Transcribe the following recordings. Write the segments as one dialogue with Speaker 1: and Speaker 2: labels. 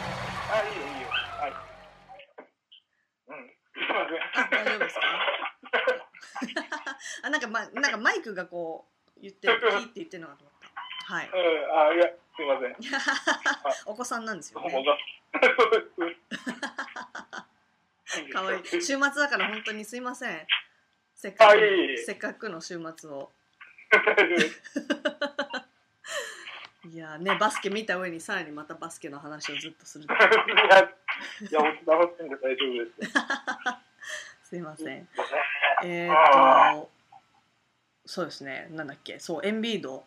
Speaker 1: あなんかまなんかマイクがこう言ってるピーって言ってるのかと思った。は い。
Speaker 2: うん、あ、いや、すいません。
Speaker 1: お子さんなんですよ
Speaker 2: ほんま
Speaker 1: ね。
Speaker 2: か。
Speaker 1: かわいい。週末だから本当にすいません。せっか
Speaker 2: あ、
Speaker 1: く
Speaker 2: いえいえ
Speaker 1: せっかくの週末を。いやーねバスケ見た上にさらにまたバスケの話をずっとする。
Speaker 2: いや、いや、楽しんで大丈夫ですよ。
Speaker 1: すいませ ん。
Speaker 2: ね
Speaker 1: えー、っとそうですねなんだっけそうエンビード。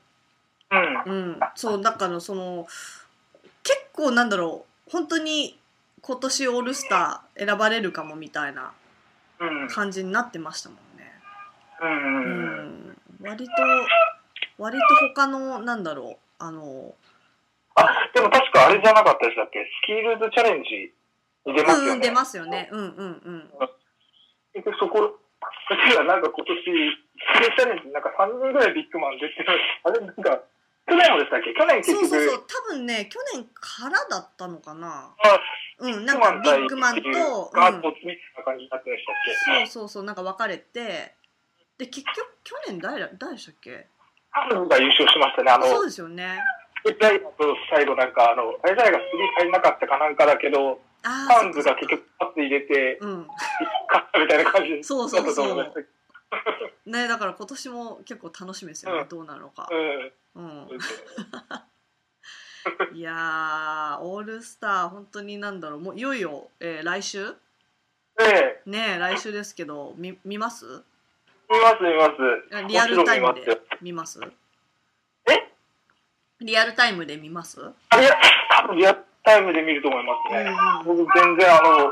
Speaker 2: うん。
Speaker 1: うん、そうだからその結構なんだろう本当に今年オールスター選ばれるかもみたいな
Speaker 2: うん。
Speaker 1: 感じになってましたもんね。
Speaker 2: うん。
Speaker 1: う
Speaker 2: うん。
Speaker 1: ん、割と割と他のなんだろうあの
Speaker 2: あ、でも確かあれじゃなかったでしたっけスキルズチャレンジに出ます
Speaker 1: う
Speaker 2: よ
Speaker 1: ん
Speaker 2: ね。
Speaker 1: 出ますよね。うんうんうん。
Speaker 2: でそこ、だからなんか今年、スキルチャレンジなんか3人ぐらいビッグマン出てる。あれなんか、去年もでしたっけ去年結
Speaker 1: そう
Speaker 2: 局、
Speaker 1: そうそう多分ね去年からだったのかな。
Speaker 2: まあ
Speaker 1: うんなんかビッグマンと、うん、
Speaker 2: ガードみたいな感じになってましたっけ、
Speaker 1: そうそうそうなんか別れてで結局去年誰だ誰でしたっけ？
Speaker 2: ハルズが優勝しましたね。あの、
Speaker 1: そうですよね。
Speaker 2: ダイヤと最後なんか、あの、あれダイヤがスリー入んなかったかなんかだけど、
Speaker 1: ああ
Speaker 2: ハンズが結局パス入れて、
Speaker 1: うん。
Speaker 2: 勝ったみたいな感じだっ
Speaker 1: そうそ
Speaker 2: た
Speaker 1: う
Speaker 2: と思いま
Speaker 1: そ
Speaker 2: した
Speaker 1: う。ね、だから今年も結構楽しみですよね、
Speaker 2: うん
Speaker 1: どうなるのか
Speaker 2: う。ん。
Speaker 1: うん
Speaker 2: う。ん
Speaker 1: いやー、オールスター、本当になんだろう、もういよいよ、えー来週
Speaker 2: で、
Speaker 1: ねえ来週ですけど、見見ます
Speaker 2: 見ます見ます。
Speaker 1: リアルタイム
Speaker 2: もちろん見ます
Speaker 1: で
Speaker 2: よ。
Speaker 1: 見ます
Speaker 2: え
Speaker 1: リアルタイムで見ますうん
Speaker 2: あいや、多分リアルタイムで見ると思いますね。
Speaker 1: うん。
Speaker 2: 僕全然あの、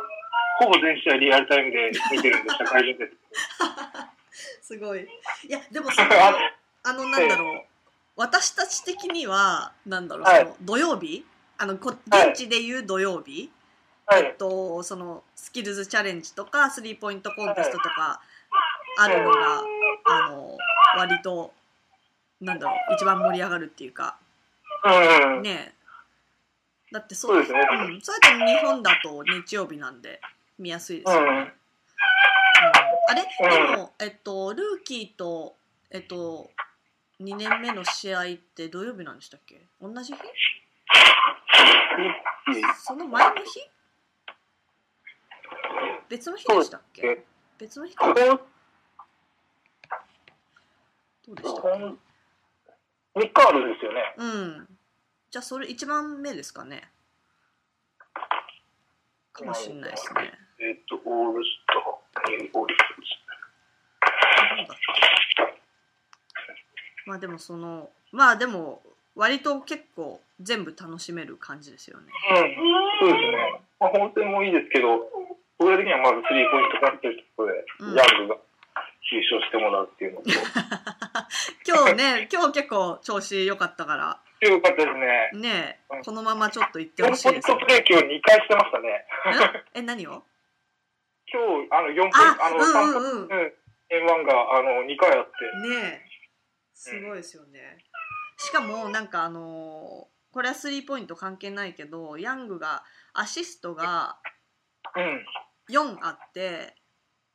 Speaker 2: ほぼ全試合リアルタイムで見てるんでした、会場です。
Speaker 1: すごい。いや、でもその、
Speaker 2: あ
Speaker 1: あの、なんだろう、私たち的には、なんだろう、
Speaker 2: はい
Speaker 1: その土曜日あのこ
Speaker 2: はい
Speaker 1: 現地で言う土曜日、
Speaker 2: は
Speaker 1: え
Speaker 2: い。
Speaker 1: っと、そのスキルズチャレンジとかスリーポイントコンテストとかあるのが、あの割となんだろう一番盛り上がるっていうか
Speaker 2: うん。
Speaker 1: ねえだってそう
Speaker 2: そうですね
Speaker 1: うん、そうやって日本だと日曜日なんで見やすいですよね、
Speaker 2: うん
Speaker 1: うんあれでも、えっと、ルーキーと、えっと、2年目の試合って土曜日なんでしたっけ同じ日その前の日別の日でしたっ
Speaker 2: そうで
Speaker 1: け別の日か
Speaker 2: こ
Speaker 1: な
Speaker 2: の
Speaker 1: どうでしたっけ
Speaker 2: 3日あるんですよね。
Speaker 1: うんじゃあそれ一番目ですかねかもしれないですね
Speaker 2: えっ、と、オールスター、えーオールス
Speaker 1: どうだったまあでもそのまあでも割と結構全部楽しめる感じですよね
Speaker 2: ター。うん、そうですね。まあ、本戦もいいですけど、僕ら的にはまずスリーポイント勝ってるところで、
Speaker 1: うん
Speaker 2: ヤングが優勝してもらうっていうのと、
Speaker 1: 今日ね今日結構調子良かったか
Speaker 2: 強かったですね。
Speaker 1: らねえ
Speaker 2: うん
Speaker 1: このままちょっと行って
Speaker 2: 4
Speaker 1: ほしい
Speaker 2: ポイ
Speaker 1: で
Speaker 2: ン
Speaker 1: すよ
Speaker 2: トブレーキを2回してましたね。
Speaker 1: んえ何を
Speaker 2: 今日、あの、4ポイン
Speaker 1: あ
Speaker 2: ト、あの、
Speaker 1: う
Speaker 2: 3
Speaker 1: ん
Speaker 2: ポイン
Speaker 1: うんうん
Speaker 2: ト、うん、M1 が、あの、2回あって、
Speaker 1: ねえすごいですよね、しかもなんかあのーこれはスリーポイント関係ないけどヤングがアシストが
Speaker 2: うん。
Speaker 1: 4あって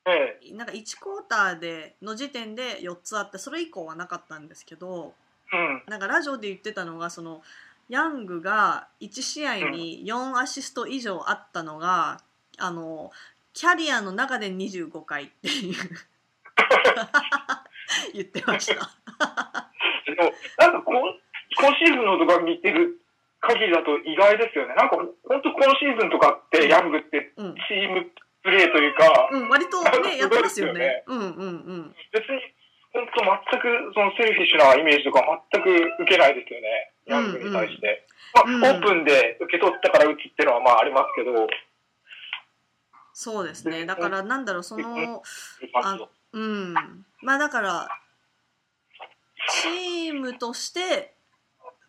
Speaker 2: ええ
Speaker 1: なんか1クォーターでの時点で4つあってそれ以降はなかったんですけど
Speaker 2: うん。
Speaker 1: なんかラジオで言ってたのがそのヤングが1試合に4アシスト以上あったのが、あのキャリアの中で25回っていう 言ってました。
Speaker 2: でも、なんか今、今シーズンのとか見てる限りだと意外ですよね。なんか、本当今シーズンとかって、ヤングって
Speaker 1: うん
Speaker 2: チームプレーというか、
Speaker 1: うん、割とね、やってますよね。うんうんうん。
Speaker 2: 別に、本当全く、そのセルフィッシュなイメージとか全く受けないですよね。ヤングに対して。
Speaker 1: うんうん
Speaker 2: まあ、オープンで受け取ったから打つっていうのはまあありますけど、
Speaker 1: そうですね。だから、なんだろう、その、
Speaker 2: あ
Speaker 1: あうん。まあだから、チームとして、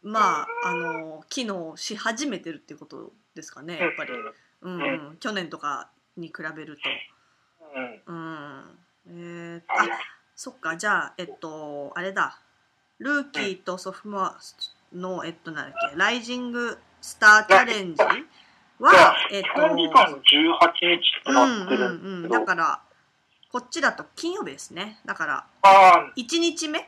Speaker 1: まあ、あの、機能し始めてるっていうことですかね、やっぱり。うん、うん。去年とかに比べる
Speaker 2: うん。
Speaker 1: と。うん。えー、あ、そっか、じゃあ、えっと、あれだ。ルーキーとソフトモアの、えっと、なんだっけ、ライジングスターチャレンジは、えっ
Speaker 2: この2間
Speaker 1: と、
Speaker 2: の18日となってるんです
Speaker 1: うんうんう
Speaker 2: け
Speaker 1: ん、
Speaker 2: ど
Speaker 1: だからこっちだと金曜日ですね。だから、
Speaker 2: あ
Speaker 1: 1日目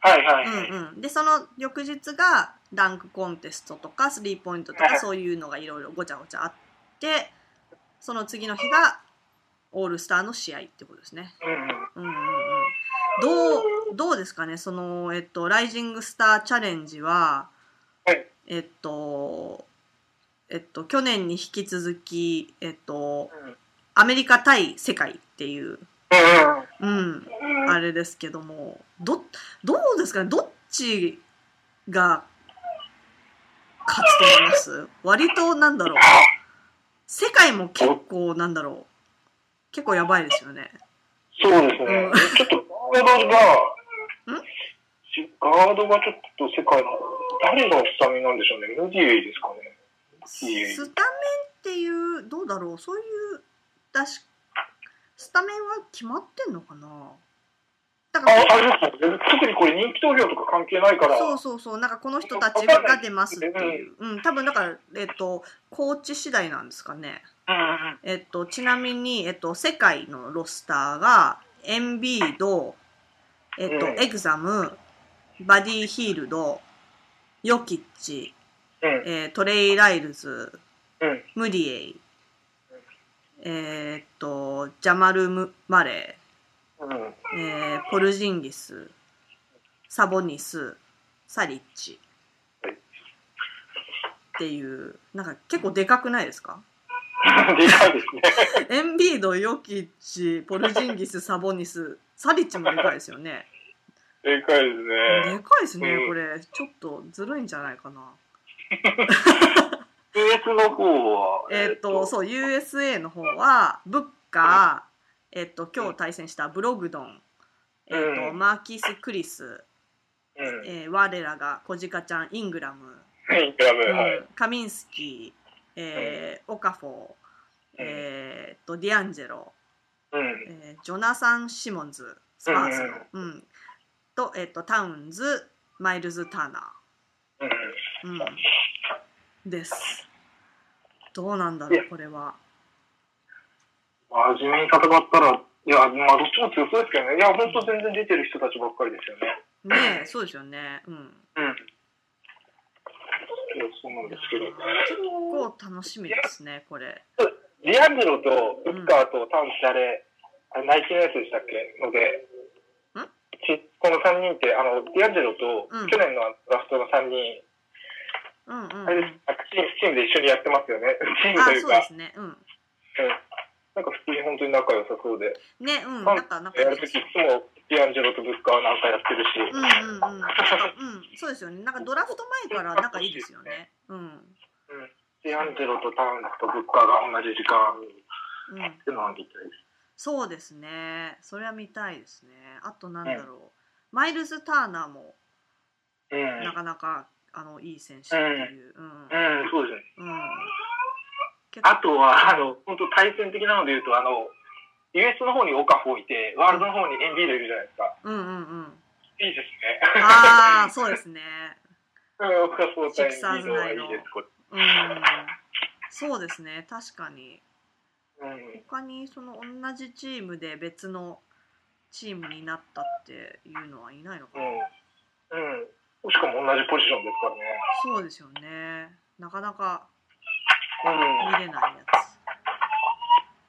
Speaker 2: あ、はいはい。
Speaker 1: うんうん、でその翌日がランクコンテストとかスリーポイントと
Speaker 2: は
Speaker 1: か
Speaker 2: い
Speaker 1: そういうのがいろいろごちゃごちゃあってその次の日がオールスターの試合ってことですね。
Speaker 2: うんうん。
Speaker 1: うんうんうん、どうどうですかねその、えっと、ライジングスターチャレンジは、
Speaker 2: はい
Speaker 1: えっと、えっと、去年に引き続き、えっと、アメリカ対世界っていう、
Speaker 2: う
Speaker 1: うん、
Speaker 2: んうん。
Speaker 1: あれですけどもどどうですかねどっちが勝つと思います割となんだろう世界も結構なんだろう結構やばいですよね
Speaker 2: そうですね。ちょっとガードが、しガードがちょっと世界の、誰がスタメンなんでしょうね。ムディエイですかね。
Speaker 1: スタメンっていうどうだろうそういうだしスタメンは決まってんのかなだか
Speaker 2: あ、
Speaker 1: ら
Speaker 2: あれですね。特にこれ人気投票とか関係ないから。
Speaker 1: そうそうそうなんかこの人たちが出ますっていう、うん、多分だからえっとコーチ次第なんですかね
Speaker 2: うんうん。
Speaker 1: えっと、ちなみに、えっと、世界のロスターが、エンビード、えっと、
Speaker 2: うん
Speaker 1: エグザム、バディヒールド、ヨキッチ、
Speaker 2: うん。
Speaker 1: えートレイ・ライルズ、
Speaker 2: うん。
Speaker 1: ムディエイ、えーっと、ジャマルム・マレ
Speaker 2: うん。
Speaker 1: ー、えーポルジンギス、サボニス、サリッチ。
Speaker 2: はい
Speaker 1: っていう、なんか結構でかくないですか
Speaker 2: でかいですね。
Speaker 1: エンビード、ヨキッチ、ポルジンギス、サボニス、サリッチもでかいですよね。
Speaker 2: でかいです
Speaker 1: で
Speaker 2: ね。
Speaker 1: かいですね、これ。ちょっとずるいんじゃないかな。
Speaker 2: US の方は、
Speaker 1: えっ、と、そう、USA の方は、ブッカー、えっ、と、今日対戦したブログドン、えっ、と、
Speaker 2: うん
Speaker 1: マーキス・クリス、
Speaker 2: うん。
Speaker 1: えー我らがコジカちゃん、イングラム、
Speaker 2: インクラブ、
Speaker 1: うん
Speaker 2: はい。
Speaker 1: カミンスキー、えーオカフォー、えっ、と、ディアンジェロ、
Speaker 2: うん。
Speaker 1: えージョナサン・シモンズ、スパーズの、うんと,、えっとタウンズ、マイルズ・ターナ
Speaker 2: うん。
Speaker 1: ー、うん、です。どうなんだろう、これは。
Speaker 2: 真面目に戦ったら、いや、まあ、どっちも強そうですけどね。いや、本当全然出てる人たちばっかりですよね。
Speaker 1: ねえ、そうですよね。うん、
Speaker 2: うん。そうなんですけど。
Speaker 1: 結構楽しみですね、これ。
Speaker 2: ディアンジェロとブッカーとタウンってあれ、あれナイキのやつでしたっけので、
Speaker 1: ん
Speaker 2: ちこの3人って、あの、ディアンジェロと
Speaker 1: うん
Speaker 2: 去年のドラフトの3人、
Speaker 1: うんうん、うん。
Speaker 2: あれですあチーム、チームで一緒にやってますよね。チーム
Speaker 1: あ
Speaker 2: とい、う
Speaker 1: そう
Speaker 2: か
Speaker 1: で、すね。うん。
Speaker 2: うんなんか普通に本当に仲良さそうで、
Speaker 1: ね、うん、
Speaker 2: あ
Speaker 1: なんか、なんか、
Speaker 2: やるときいつもディアンジェロとブッカーなんかやってるし、
Speaker 1: うんうんうん、なんかうん、そうですよね。なんかドラフト前から、なんかいいですよね。うん、うん、
Speaker 2: ディアンジェロとタウンとブッカーが同じ時間っていうのは見たいです。
Speaker 1: そうですね。それは見たいですね。あと、なんだろう。マイルズターナーも。
Speaker 2: うん。
Speaker 1: なかなかあのいい選手っていう。うん。うん。
Speaker 2: うん、そうですね。
Speaker 1: 結
Speaker 2: あとは、あの、本当対戦的なので言うと、あの、US の方にオカフォーいて、ワールドの方にエンビードいるじゃないですか。
Speaker 1: うんうんうん。
Speaker 2: いいですね。
Speaker 1: ああ、そうですね。
Speaker 2: うん、オカフォー対エ
Speaker 1: シクサー
Speaker 2: ンビー
Speaker 1: ズ
Speaker 2: ドはい
Speaker 1: 内
Speaker 2: い
Speaker 1: の
Speaker 2: です、これ。
Speaker 1: うん。そうですね。確かに。
Speaker 2: うん。
Speaker 1: 他にその同じチームで別のチームになったっていうのはいないのかな。
Speaker 2: うん。うん。しかも同じポジションですからね。
Speaker 1: そうですよね。なかなか
Speaker 2: うん。
Speaker 1: 見れないや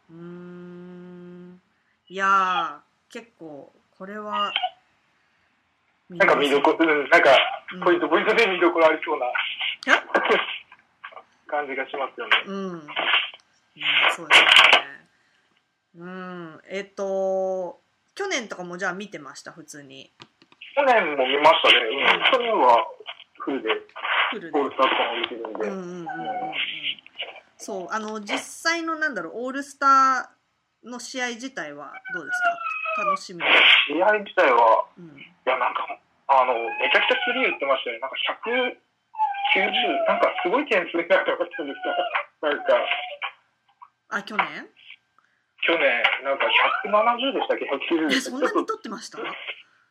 Speaker 1: つ。うーん。いやー、結構これは見
Speaker 2: なんか見どころ、うん、なんか、ポイント、ポイントで見どころありそうな
Speaker 1: え
Speaker 2: 感じがしますよね。
Speaker 1: うん、うん、そうですよね。うん、えっ、と、去年とかもじゃあ見てました、普通に。
Speaker 2: 去年も見ましたね。うん、去年はフルで、
Speaker 1: フルで。
Speaker 2: ゴールスターとかも見てるん
Speaker 1: うんう
Speaker 2: で。
Speaker 1: ん
Speaker 2: うん。
Speaker 1: うんうんうん。そう、あの、実際のなんだろう、オールスターの試合自体はどうですか楽しみ。
Speaker 2: 試合自体は、
Speaker 1: うん。
Speaker 2: いや、なんか、あの、めちゃくちゃスリー打ってましたよね。なんか190、なんかすごい点数になってなかったんですか。なんか、
Speaker 1: あ、去年
Speaker 2: 去年、なんか170でしたっけ ?190
Speaker 1: え、
Speaker 2: でした
Speaker 1: そ
Speaker 2: っ
Speaker 1: ん
Speaker 2: け
Speaker 1: な
Speaker 2: ちょ
Speaker 1: に
Speaker 2: っと、
Speaker 1: 取ってました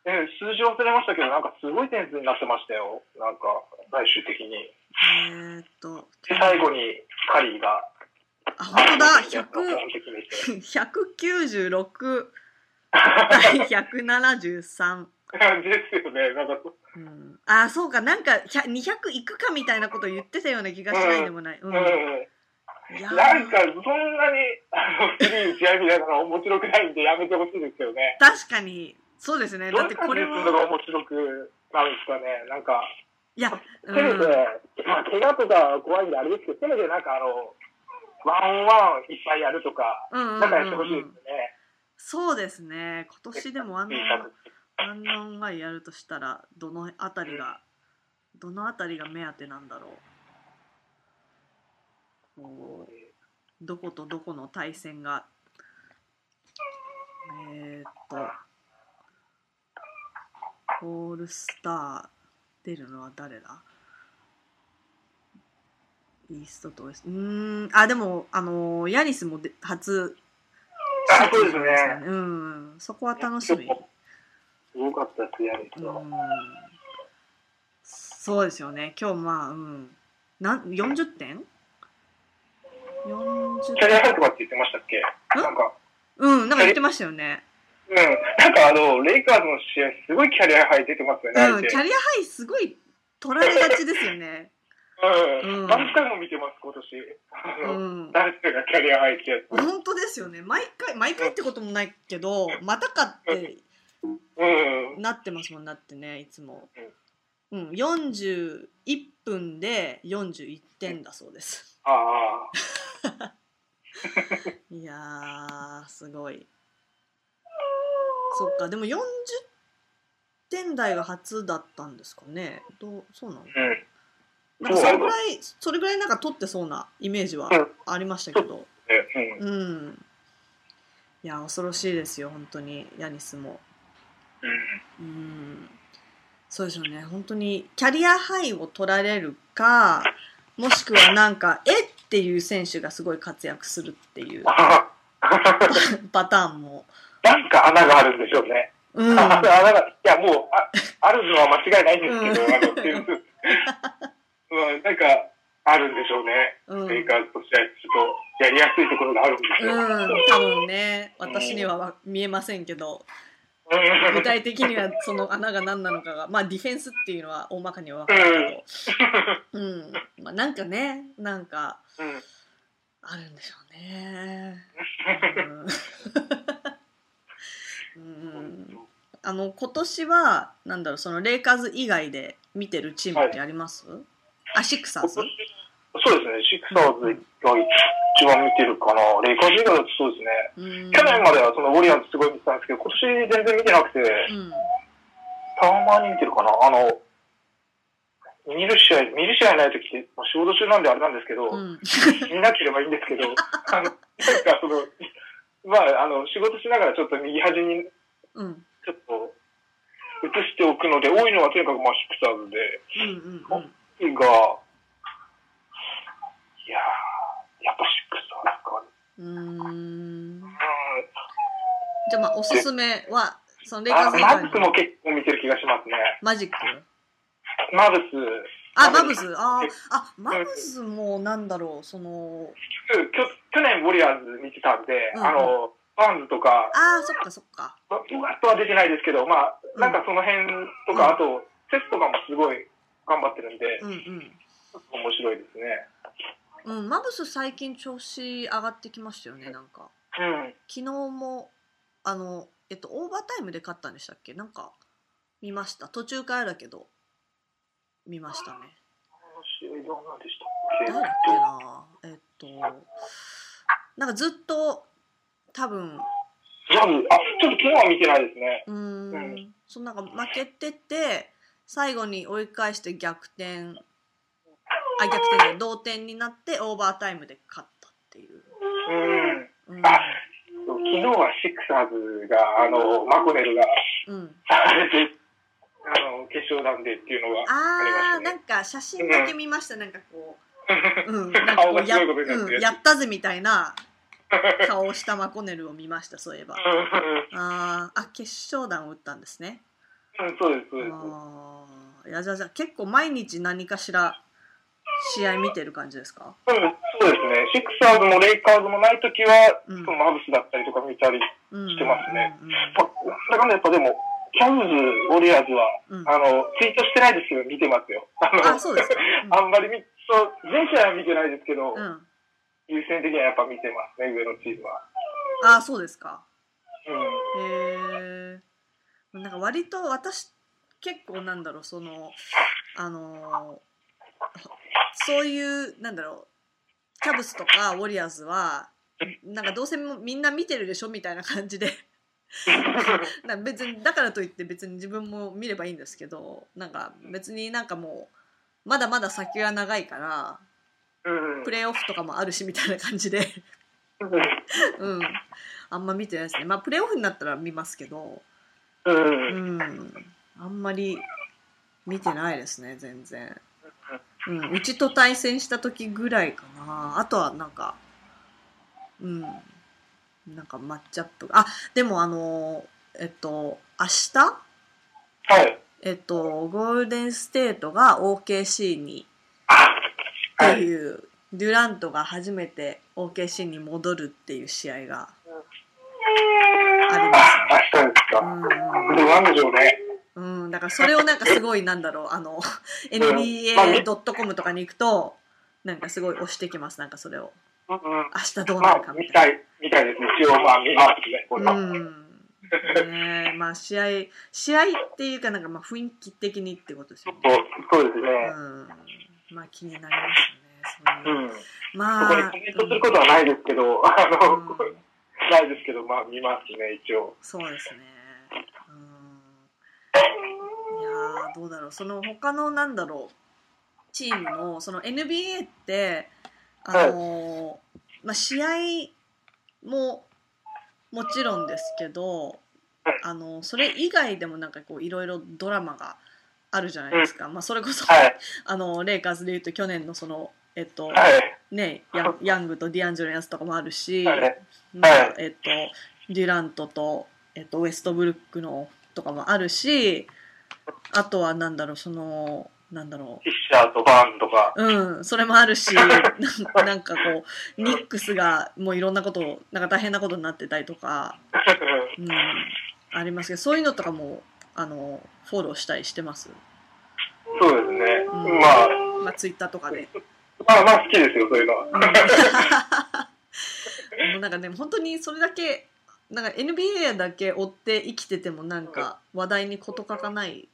Speaker 2: え数字忘れましたけど、なんかすごい点数になってましたよ。なんか、最終的に。
Speaker 1: えーっと。
Speaker 2: で、最後にカリーが
Speaker 1: あ、本当だ、
Speaker 2: いや
Speaker 1: 百
Speaker 2: その時めっち
Speaker 1: 196
Speaker 2: ゃ
Speaker 1: 対173。
Speaker 2: ですよね。なんか、
Speaker 1: うん、あ、そうか、なんか100 200いくかみたいなこと言ってたような気がしないでもない。う。
Speaker 2: うんん。
Speaker 1: いやー
Speaker 2: なんか、そんなに、あの、古い試合みたいなの面白くないんでやめてほしいですよね。
Speaker 1: 確かに、そうですね。
Speaker 2: ど
Speaker 1: だ
Speaker 2: うい
Speaker 1: って
Speaker 2: う感
Speaker 1: こ
Speaker 2: じ
Speaker 1: れ
Speaker 2: でのが
Speaker 1: は、
Speaker 2: 面白くなるんですかね。なんか、
Speaker 1: いや、
Speaker 2: せ
Speaker 1: う
Speaker 2: めて、
Speaker 1: ん、
Speaker 2: まあ、怪我とか怖いんであれですけど、せめてなんかあの、ワンオンワンいっぱいやるとか、
Speaker 1: うんうん
Speaker 2: な
Speaker 1: うん
Speaker 2: かやってほしいで
Speaker 1: ん、う
Speaker 2: す
Speaker 1: ん。
Speaker 2: よね。
Speaker 1: そうですね。今年でもあん
Speaker 2: T
Speaker 1: な
Speaker 2: シャツ。
Speaker 1: アンノンワイやるとしたらどのあたりがどのあたりが目当てなんだろうこうどことどこの対戦がえー、っとオールスター出るのは誰だイーストとウエストうーんあでもあのヤニスもで初
Speaker 2: あそうですね
Speaker 1: うんそこは楽しみ
Speaker 2: ちょっとすごかったです、やる
Speaker 1: う
Speaker 2: と。
Speaker 1: んそうですよね。今日まあ、うん。なん40点 ?40
Speaker 2: キャリアハイ
Speaker 1: 点。
Speaker 2: とかって言ってましたっけなんか、
Speaker 1: うん、なんか言ってましたよね。
Speaker 2: うん。なんかあの、レイカーズの試合、すごいキャリアハイ出てますよね、
Speaker 1: う
Speaker 2: 相
Speaker 1: ん、
Speaker 2: 手
Speaker 1: キャリアハイすごい取られがちですよね。
Speaker 2: う
Speaker 1: う
Speaker 2: ん。
Speaker 1: ん
Speaker 2: 何回も見てます、今年。
Speaker 1: う
Speaker 2: あの、
Speaker 1: ん。
Speaker 2: 誰がキャリアハイってやつ。うん。
Speaker 1: 本当ですよね。毎回、毎回ってこともないけど、またかってなってますもんなってね、いつも。うん、41分で41点だそうです。
Speaker 2: あ
Speaker 1: いやー、すごい。そっか、でも40点台が初だったんですかね。どう、そうなの
Speaker 2: あ。うん。
Speaker 1: なんかそれぐらい、それぐらいなんか取ってそうなイメージは
Speaker 2: うん
Speaker 1: ありましたけど。
Speaker 2: うん。
Speaker 1: うん。いや、恐ろしいですよ、本当に、ヤニスも。うん。そうですよね、本当に、キャリアハイを取られるか、もしくはなんか、えっていう選手がすごい活躍するっていう
Speaker 2: ああ。
Speaker 1: パターンも。
Speaker 2: なんか穴があるんでしょうね。
Speaker 1: うん。
Speaker 2: あ穴が、いや、もう、ああるのは間違いないんですけど、あの、っていう。うん、なんか、あるんでしょうね。
Speaker 1: うん
Speaker 2: レイカーズと試合すると、やりやすいところがあるんでし
Speaker 1: う
Speaker 2: ょう。
Speaker 1: ん、多分ね、私にはわ見えませんけど、
Speaker 2: うん
Speaker 1: 具体的にはその穴が何なのかが、まあディフェンスっていうのは大まかには分かるけど、うん、まあなんかね、なんか
Speaker 2: うん。
Speaker 1: あるんでしょうね。うん、うんあの今年はなんだろうそのレイカーズ以外で見てるチームってあります？あシクサーズ？
Speaker 2: そうですね、シクサーズが一番見てるかな。レイカーズ以外だとそうですね。
Speaker 1: うん
Speaker 2: 去年まではそのウォリアーズすごい見てたんですけど、今年全然見てなくて、
Speaker 1: うん。
Speaker 2: たまに見てるかな。あの、見る試合、見る試合ないときって、まあ仕事中なんであれなんですけど、
Speaker 1: うん。
Speaker 2: 見なければいいんですけ ど、あの、なんかその、まあ、あの、仕事しながらちょっと右端に
Speaker 1: うん。うん。
Speaker 2: ちょっと移しておくので、多いのはとにかくまあ、シクサーズで、
Speaker 1: うん。うん。
Speaker 2: が、いやー、やっぱシクサーズか。
Speaker 1: うーん
Speaker 2: うん。
Speaker 1: じゃあまあおすすめはそのレイカ
Speaker 2: あ
Speaker 1: ーズ以
Speaker 2: マ
Speaker 1: 外
Speaker 2: ブス
Speaker 1: の
Speaker 2: も結構見てる気がしますね。
Speaker 1: マジック
Speaker 2: マブス、
Speaker 1: あマ
Speaker 2: マ
Speaker 1: ブ
Speaker 2: ブ
Speaker 1: ス
Speaker 2: ス
Speaker 1: あーあマブスもなんだろうその
Speaker 2: きょ去年ウォリアーズ見てたんで、
Speaker 1: うん
Speaker 2: あの、バーンズとか、
Speaker 1: あーそっかそっか
Speaker 2: まうわっとは出てないですけど、まあ、なんかその辺とか、
Speaker 1: うん
Speaker 2: あと、セスとかもすごい頑張ってるんで、
Speaker 1: うん
Speaker 2: 面白いですね。
Speaker 1: うんうんマブス最近調子上がってきましたよねなんか
Speaker 2: うん。
Speaker 1: 昨日もあのえっとオーバータイムで勝ったんでしたっけなんか見ました途中からだけど見ましたね
Speaker 2: この試合どうなんでした
Speaker 1: 誰だっ
Speaker 2: っ
Speaker 1: け
Speaker 2: け
Speaker 1: なえっとなんかずっと多分
Speaker 2: ジャズ、あ、ちょっと昨日は見てないですね。
Speaker 1: うー、
Speaker 2: うん
Speaker 1: そのなんか負けてて最後に追い返して逆転あ逆転で同点になってオーバータイムで勝ったっていう、
Speaker 2: うん。
Speaker 1: うん
Speaker 2: あ昨日はシクサーズが、あの、マコネルが、
Speaker 1: うん、
Speaker 2: あれで、あの、決勝なんでっていうのが、
Speaker 1: あ
Speaker 2: ありました
Speaker 1: ー
Speaker 2: ね
Speaker 1: なんか写真だけ見ましたなんかこう、う ん、なんかこ
Speaker 2: 顔
Speaker 1: う
Speaker 2: がす
Speaker 1: や,、
Speaker 2: ごいことになって
Speaker 1: うん、
Speaker 2: る
Speaker 1: や
Speaker 2: や
Speaker 1: ったぜみたいな顔をしたマコネルを見ましたそういえばあーあ決勝弾を打ったんですね
Speaker 2: うんうん、そうです、そうです。
Speaker 1: あーいやじゃあじゃあ結構毎日何かしら試合見てる感じですか
Speaker 2: うん、そうですですね。シクサーズもレイカーズもないときは、
Speaker 1: うん
Speaker 2: そのマブスだったりとか見たり。
Speaker 1: うん
Speaker 2: してますね
Speaker 1: うん
Speaker 2: まあ、なんだかんだやっぱでも、キャンズ、ウォリアーズは、
Speaker 1: うん
Speaker 2: あの、ツイートしてないですけど、見てますよ。あの、
Speaker 1: あそうですかうん
Speaker 2: あんまり見、そう、全試合は見てないですけど、
Speaker 1: うんうん
Speaker 2: 優先的にはやっぱ見てますね、上のチームは。
Speaker 1: あそうですか
Speaker 2: うん。
Speaker 1: へえんか割と私結構なんだろうそのあのーそういうなんだろうキャブスとかウォリアーズはなんかどうせもみんな見てるでしょみたいな感じで なんか別にだからといって別に自分も見ればいいんですけどなんか別になんかもうまだまだ先は長いから
Speaker 2: うん。
Speaker 1: プレーオフとかもあるしみたいな感じで、うん、あんま見てないですねまあプレーオフになったら見ますけど。
Speaker 2: うん。
Speaker 1: う
Speaker 2: うん。
Speaker 1: ん、あんまり見てないですね全然、うん、うちと対戦した時ぐらいかなあとはなんかうんなんかマッチアップあでもあのえっと明日
Speaker 2: はい。
Speaker 1: えっとゴールデンステートが OKC に
Speaker 2: は
Speaker 1: って
Speaker 2: い。
Speaker 1: いう、デュラントが初めて OKC に戻るっていう試合があります
Speaker 2: あ、明日です
Speaker 1: う
Speaker 2: か。
Speaker 1: んうん
Speaker 2: でもなんでしょうね。
Speaker 1: うん、だからそれをなんかすごいなんだろう、あの、NBA.com とかに行くと、なんかすごい押してきます、なんかそれを。
Speaker 2: うんうん。
Speaker 1: 明日どうな
Speaker 2: ま
Speaker 1: る
Speaker 2: あ
Speaker 1: か、み
Speaker 2: 見
Speaker 1: た
Speaker 2: た
Speaker 1: い
Speaker 2: い、見たいですね。一応、まあ、見ますね、これ
Speaker 1: な。
Speaker 2: は。
Speaker 1: うん。ねえまあ試合、試合っていうかなんかまあ雰囲気的にってことですよね。
Speaker 2: そうそうです
Speaker 1: う
Speaker 2: ね。。
Speaker 1: ん。まあ気になりますね。そうういうん
Speaker 2: そ
Speaker 1: ま
Speaker 2: こに
Speaker 1: あ、
Speaker 2: コメントすることはないですけど、あの、
Speaker 1: うん
Speaker 2: ないですけど、まあ、見ますね、一応。
Speaker 1: そうですね。うん。いやーどうだろう。その他のなんだろうチームのその NBA ってあのーまあ試合ももちろんですけど
Speaker 2: はい、
Speaker 1: あのそれ以外でもなんかこういろいろドラマがあるじゃないですか。まあそれこそ、
Speaker 2: はい。
Speaker 1: あのレイカーズでいうと去年のそのえっと、
Speaker 2: はい。
Speaker 1: ねヤンヤングとディアンジェロ・ヤンスとかもあるし。
Speaker 2: はい。
Speaker 1: ま
Speaker 2: は
Speaker 1: あ
Speaker 2: い
Speaker 1: えっと、デュラントと、えっと、ウエストブルックのとかもあるし、あとはなんだろう、その、なんだろ
Speaker 2: フィッシャーとバーンとか。
Speaker 1: う、うん、それもあるし、なんなんかこう、ニックスがもういろんなことを、なんか大変なことになってたりとか、うん、ありますけど、そういうのとかも、あの、フォローしたりしてます。
Speaker 2: そうですね。
Speaker 1: うん
Speaker 2: まあ、
Speaker 1: まあ、ツイッターとかで。
Speaker 2: まあまあ好きですよ、そういうのは。
Speaker 1: うんもうなんか ね本当にそれだけなんか NBA だけ追って生きててもなんか話題に事欠かない、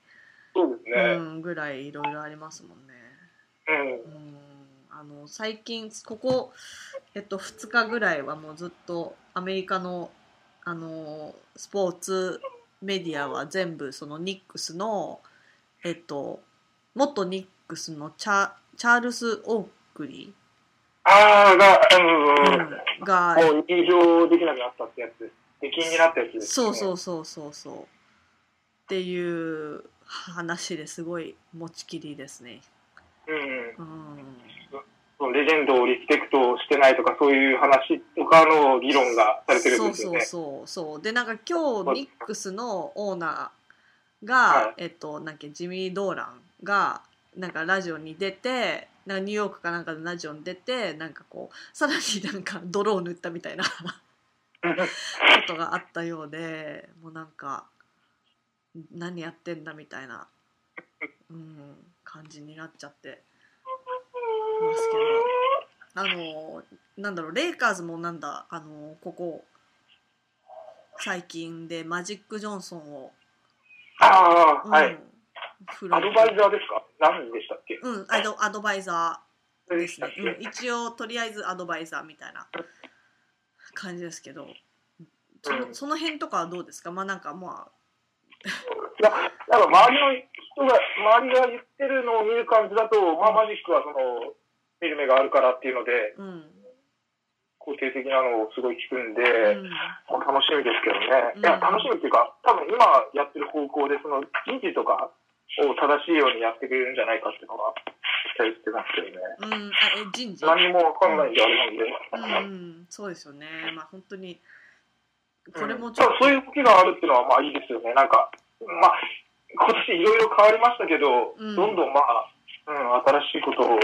Speaker 2: そうです
Speaker 1: う
Speaker 2: ね。
Speaker 1: ん、ぐらいいろいろありますもんね。
Speaker 2: うん
Speaker 1: う。んあの最近ここ、えっと、2日ぐらいはもうずっとアメリカのあのスポーツメディアは全部そのニックスの、えっと、元ニックスのチャチャールズ・オークリ
Speaker 2: ああ、が、うん
Speaker 1: ー、
Speaker 2: うん
Speaker 1: うんが、
Speaker 2: うん。もう入場できなくなったってやつです。出禁になったやつです、ね。。
Speaker 1: そうそううそうそうそうっていう話ですごい持ちきりですね。
Speaker 2: うん
Speaker 1: うん、
Speaker 2: その。レジェンドをリスペクトしてないとか、そういう話とかの議論がされてるんですよね。
Speaker 1: そうそうそうそうでなんか今
Speaker 2: はい
Speaker 1: 日ニックスのオーナーが、
Speaker 2: は
Speaker 1: えっとなんかジミー・ドーランがなんかラジオに出てなんかニューヨークかなんかのラジオに出てなんかこうさらになんか泥を塗ったみたいなことがあったようでもうなんか何やってんだみたいな、うん、感じになっちゃってますけどあのなんだろうレイカーズもなんだあのここ最近でマジック・ジョンソンを、
Speaker 2: ああ、
Speaker 1: うん
Speaker 2: はい。
Speaker 1: フロ
Speaker 2: アドバイザーですか何でしたっけ
Speaker 1: うんアドアドバイザー
Speaker 2: 何
Speaker 1: で
Speaker 2: ですしたっ
Speaker 1: ね、
Speaker 2: け、
Speaker 1: うん、一応とりあえずアドバイザーみたいな感じですけどそのその辺とかはどうですかまあなんかま
Speaker 2: ななんか周りの人が、周りが言ってるのを見る感じだと、まあマジックはその、見る目があるからっていうので、
Speaker 1: あうん
Speaker 2: 肯定的なのをすごい聞くんで、
Speaker 1: うん
Speaker 2: まあ楽しみですけどね。
Speaker 1: う
Speaker 2: い
Speaker 1: ん
Speaker 2: や、楽しみっていうか、多分今やってる方向で、その、人事とかを正しいようにやってくれるんじゃないかっていうのは、期待してますけどね。
Speaker 1: うん、あえ人事
Speaker 2: 何もわかんないんであれなんで。
Speaker 1: うん、そうですよね。まあ本当に、これも
Speaker 2: ちょっと。そういう動きがあるっていうのは、まあいいですよね。なんか、まあ、今年いろいろ変わりましたけど、
Speaker 1: うん
Speaker 2: どんどんまあ、うん、新しいことを、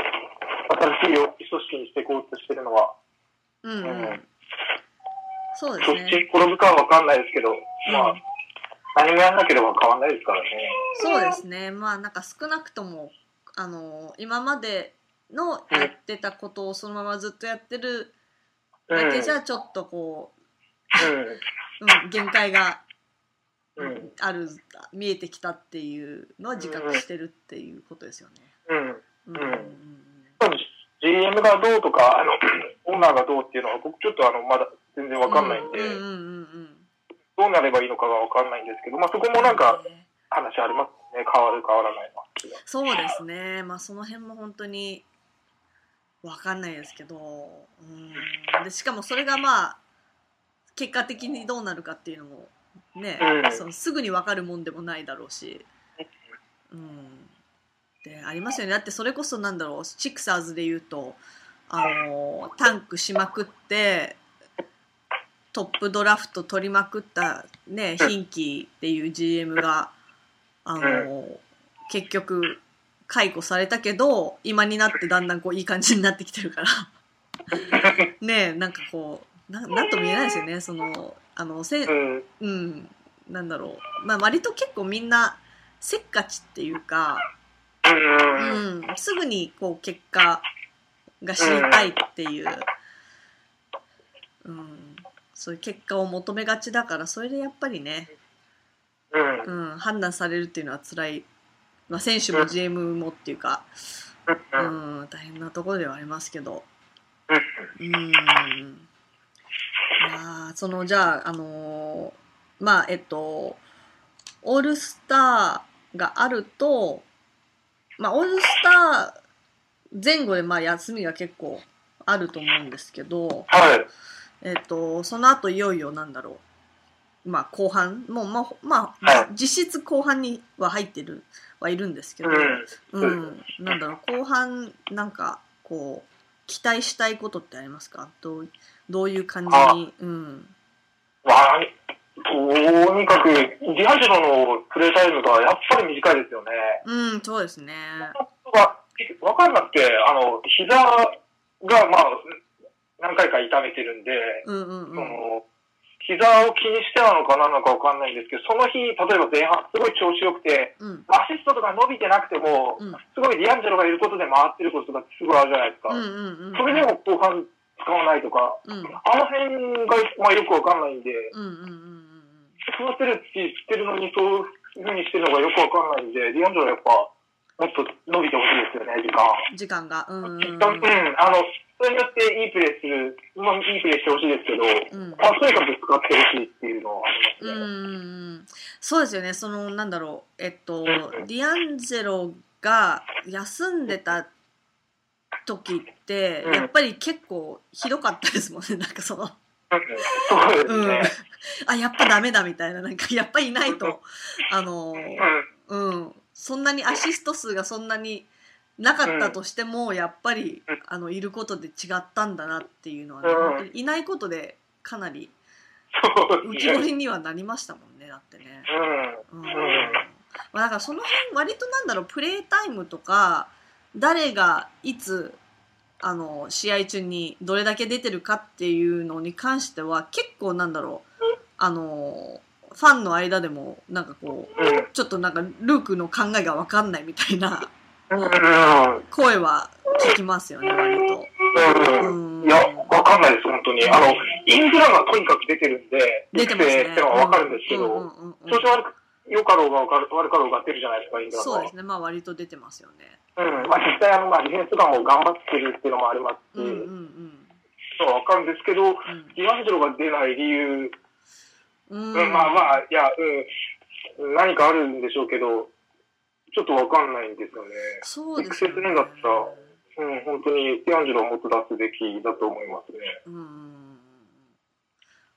Speaker 2: 新しい組織にしていこうとしてるのは、
Speaker 1: う
Speaker 2: う
Speaker 1: んうんん。そうです
Speaker 2: そっち
Speaker 1: ね。
Speaker 2: に転ぶかは分かんないですけど、ま
Speaker 1: うん
Speaker 2: あ、何もやんなければ変わんないですからね。
Speaker 1: そうですね。まあなんか少なくともあの今までの
Speaker 2: うん
Speaker 1: やってたことをそのままずっとやってる
Speaker 2: う
Speaker 1: だけじ
Speaker 2: ん
Speaker 1: ゃちょっとこう、うん、限界が
Speaker 2: うん。うん。
Speaker 1: ある見えてきたっていうのは自覚してるっていうことですよね。
Speaker 2: うん。
Speaker 1: うん
Speaker 2: ん多分 GM がどうとか、あの、オーナーがどうっていうのは、僕ちょっとあの、まだ全然分かんないんで、
Speaker 1: うんうんうんうん、
Speaker 2: どうなればいいのかが分かんないんですけど、まあそこもなんか話ありますね。変わる変わらないのは。
Speaker 1: そうですね。まあその辺も本当にわかんないですけど、うん、でしかもそれがまあ結果的にどうなるかっていうのもね、
Speaker 2: うん
Speaker 1: そのすぐにわかるもんでもないだろうし、うん、でありますよね。だってそれこそなんだろうシクサーズで言うとあのタンクしまくって。トップドラフト取りまくったね、ヒンキーっていう GM が、あの、結局解雇されたけど今になってだんだんこういい感じになってきて るからねえなんかこうななんとも言えないですよねそのあのせ
Speaker 2: うん。
Speaker 1: うんなんだろうまあ割と結構みんなせっかちっていうか、う
Speaker 2: うん。うん。
Speaker 1: ん、すぐにこう結果が知りたいっていう、うん、そういう結果を求めがちだからそれでやっぱりね
Speaker 2: うん。
Speaker 1: うん、判断されるっていうのは辛い、まあ、選手も GM もっていうか、う
Speaker 2: うん。
Speaker 1: ん、大変なところではありますけど、
Speaker 2: うん
Speaker 1: うん、いやーそのじゃあ、あのーまあえっとオールスターがあると、まあ、オールスター前後でまあ休みが結構あると思うんですけど、
Speaker 2: はい。
Speaker 1: えっと、その後いよいよなんだろう。まあ後半、もうまあ、まあ、
Speaker 2: はい
Speaker 1: 実質後半には入ってる、はいるんですけ
Speaker 2: う
Speaker 1: ど、
Speaker 2: ん。
Speaker 1: うん、なんだろう、後半なんかこう、期待したいことってありますかどうどういう感じに、うん。
Speaker 2: まあ、とにかく、リハジロのプレイタイムがやっぱり短いですよね。
Speaker 1: うん、そうですね。
Speaker 2: わわかんなくて、あの、膝が、まあ、何回か痛めてるんで、
Speaker 1: うんうん
Speaker 2: そ
Speaker 1: うん。
Speaker 2: の、膝を気にしてなのか何なのかわかんないんですけど、その日、例えば前半、すごい調子良くて、
Speaker 1: うん。
Speaker 2: アシストとか伸びてなくても、
Speaker 1: うん
Speaker 2: すごいディアンジェロがいることで回ってることがすごいあるじゃないですか。
Speaker 1: うんうんうん。
Speaker 2: それでも後半使わないとか、
Speaker 1: うん。うん
Speaker 2: あの辺が、まあ、よくわかんないんで、
Speaker 1: うんうんうん
Speaker 2: 育てるって言ってるのに、そういうふうにしてるのがよくわかんないんで、ディアンジェロはやっぱ、もっと伸びてほしいですよね、時間。
Speaker 1: うん。時間が。うんうん
Speaker 2: 時
Speaker 1: うん。
Speaker 2: 間、うん、あの、それによっていいプレーする、まあ、いいプレーしてほしいですけど、
Speaker 1: うん
Speaker 2: まあ、とにかく使ってほしいっていうのはあり
Speaker 1: う
Speaker 2: ますね。
Speaker 1: んそうですよね、そのなんだろう、えっと、
Speaker 2: ん
Speaker 1: ディアンジェロが休んでた時って
Speaker 2: う、ん
Speaker 1: やっぱり結構ひどかったですもんね、なん かその、
Speaker 2: そうです
Speaker 1: うん
Speaker 2: ね。、
Speaker 1: あやっぱダメだみたいな、なんかやっぱりいないと、あの、うん、そんなにアシスト数がそんなになかったとしても、やっぱり
Speaker 2: うん
Speaker 1: あのいることで違ったんだなっていうのはね、
Speaker 2: うん
Speaker 1: 本当にいないことでかなり
Speaker 2: うん、そう
Speaker 1: 浮
Speaker 2: で
Speaker 1: き
Speaker 2: すね。
Speaker 1: 彫りにはなりましたもんね、だってね。うんまあ、だからその辺割となんだろうプレータイムとか誰がいつあの試合中にどれだけ出てるかっていうのに関しては結構なんだろうあのファンの間でもなんかこう
Speaker 2: うん、うん、
Speaker 1: ちょっとなんかルークの考えが分かんないみたいな
Speaker 2: うん、
Speaker 1: 声は聞きますよね割と。
Speaker 2: うん。うん
Speaker 1: うん
Speaker 2: いや、わかんないです、本当に。あの、イングランがとにかく出てるんで、
Speaker 1: 出てますね
Speaker 2: 育成ってのはわかるんですけど、
Speaker 1: うんうんうんうん
Speaker 2: 調子悪く、良かろうが悪か悪かろうが出るじゃないですか、イングランド
Speaker 1: そう
Speaker 2: は。
Speaker 1: ですねまあ割と出てますよね。
Speaker 2: うん。まあ実際、あの、まあディフェンスとかも頑張ってるっていうのもありますし、
Speaker 1: うんうんうん
Speaker 2: のはわかるんですけど、
Speaker 1: うん
Speaker 2: ディアンジェロが出ない理由、
Speaker 1: うん
Speaker 2: うん、まあまあ、いや、うん、何かあるんでしょうけど、ちょっとわかんないんですよね。
Speaker 1: そうです
Speaker 2: 直接連絡だったらうん、本当にディアンジェロはもっと出すべきだと思い ますね。
Speaker 1: うんうんうんうん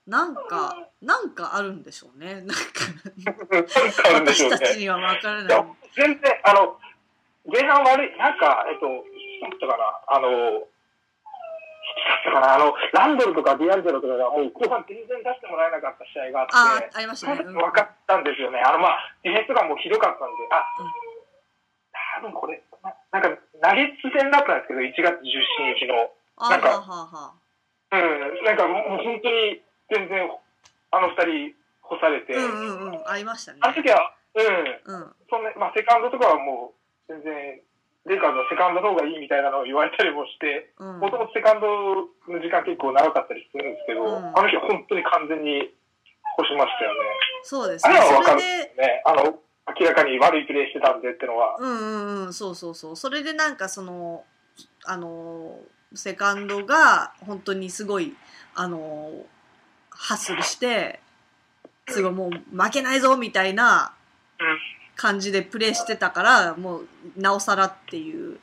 Speaker 1: なんか、なんかあるんでしょうね。なんか、
Speaker 2: なんかあるんでしょ
Speaker 1: 私
Speaker 2: うね
Speaker 1: た。ちには分から
Speaker 2: い
Speaker 1: ない
Speaker 2: や。、全然、あの、前半悪い、なんか、えっと、だったかな、あの、だったかな、あの、ランドルとかディアンジェロとかが、もう後半全然出してもらえなかった試合があっ
Speaker 1: あ
Speaker 2: て、、
Speaker 1: ありまし
Speaker 2: そ
Speaker 1: た
Speaker 2: の時
Speaker 1: ね。うん
Speaker 2: 分かったんですよね。あの、まあ、ディフェンスがもうひどかったんで、あ、多分これ、ななんか、ナゲッツ戦だったんですけど、1月17日の。
Speaker 1: あ
Speaker 2: なんか
Speaker 1: ははは
Speaker 2: うん、なんかもう本当に全然、あの二人干されて、
Speaker 1: うんうんうんありましたね
Speaker 2: あの時は、うん、
Speaker 1: うん
Speaker 2: そんな、まあセカンドとかはもう全然、レイカーズはセカンドの方がいいみたいなのを言われたりもして、
Speaker 1: うん
Speaker 2: もともとセカンドの時間結構長かったりするんですけど、
Speaker 1: うん
Speaker 2: あの日は本当に完全に干しましたよ
Speaker 1: そうです
Speaker 2: あ
Speaker 1: ね
Speaker 2: れはわ
Speaker 1: そ
Speaker 2: か
Speaker 1: れ
Speaker 2: る
Speaker 1: で
Speaker 2: ね。ね、あの、明らかに悪いプレーしてたんでってのは。
Speaker 1: うんうんうんそうそうそうそれでなんかそのあのセカンドが本当にすごいあのハッスルしてすごいもう負けないぞみたいな感じでプレーしてたからもうなおさらっていう、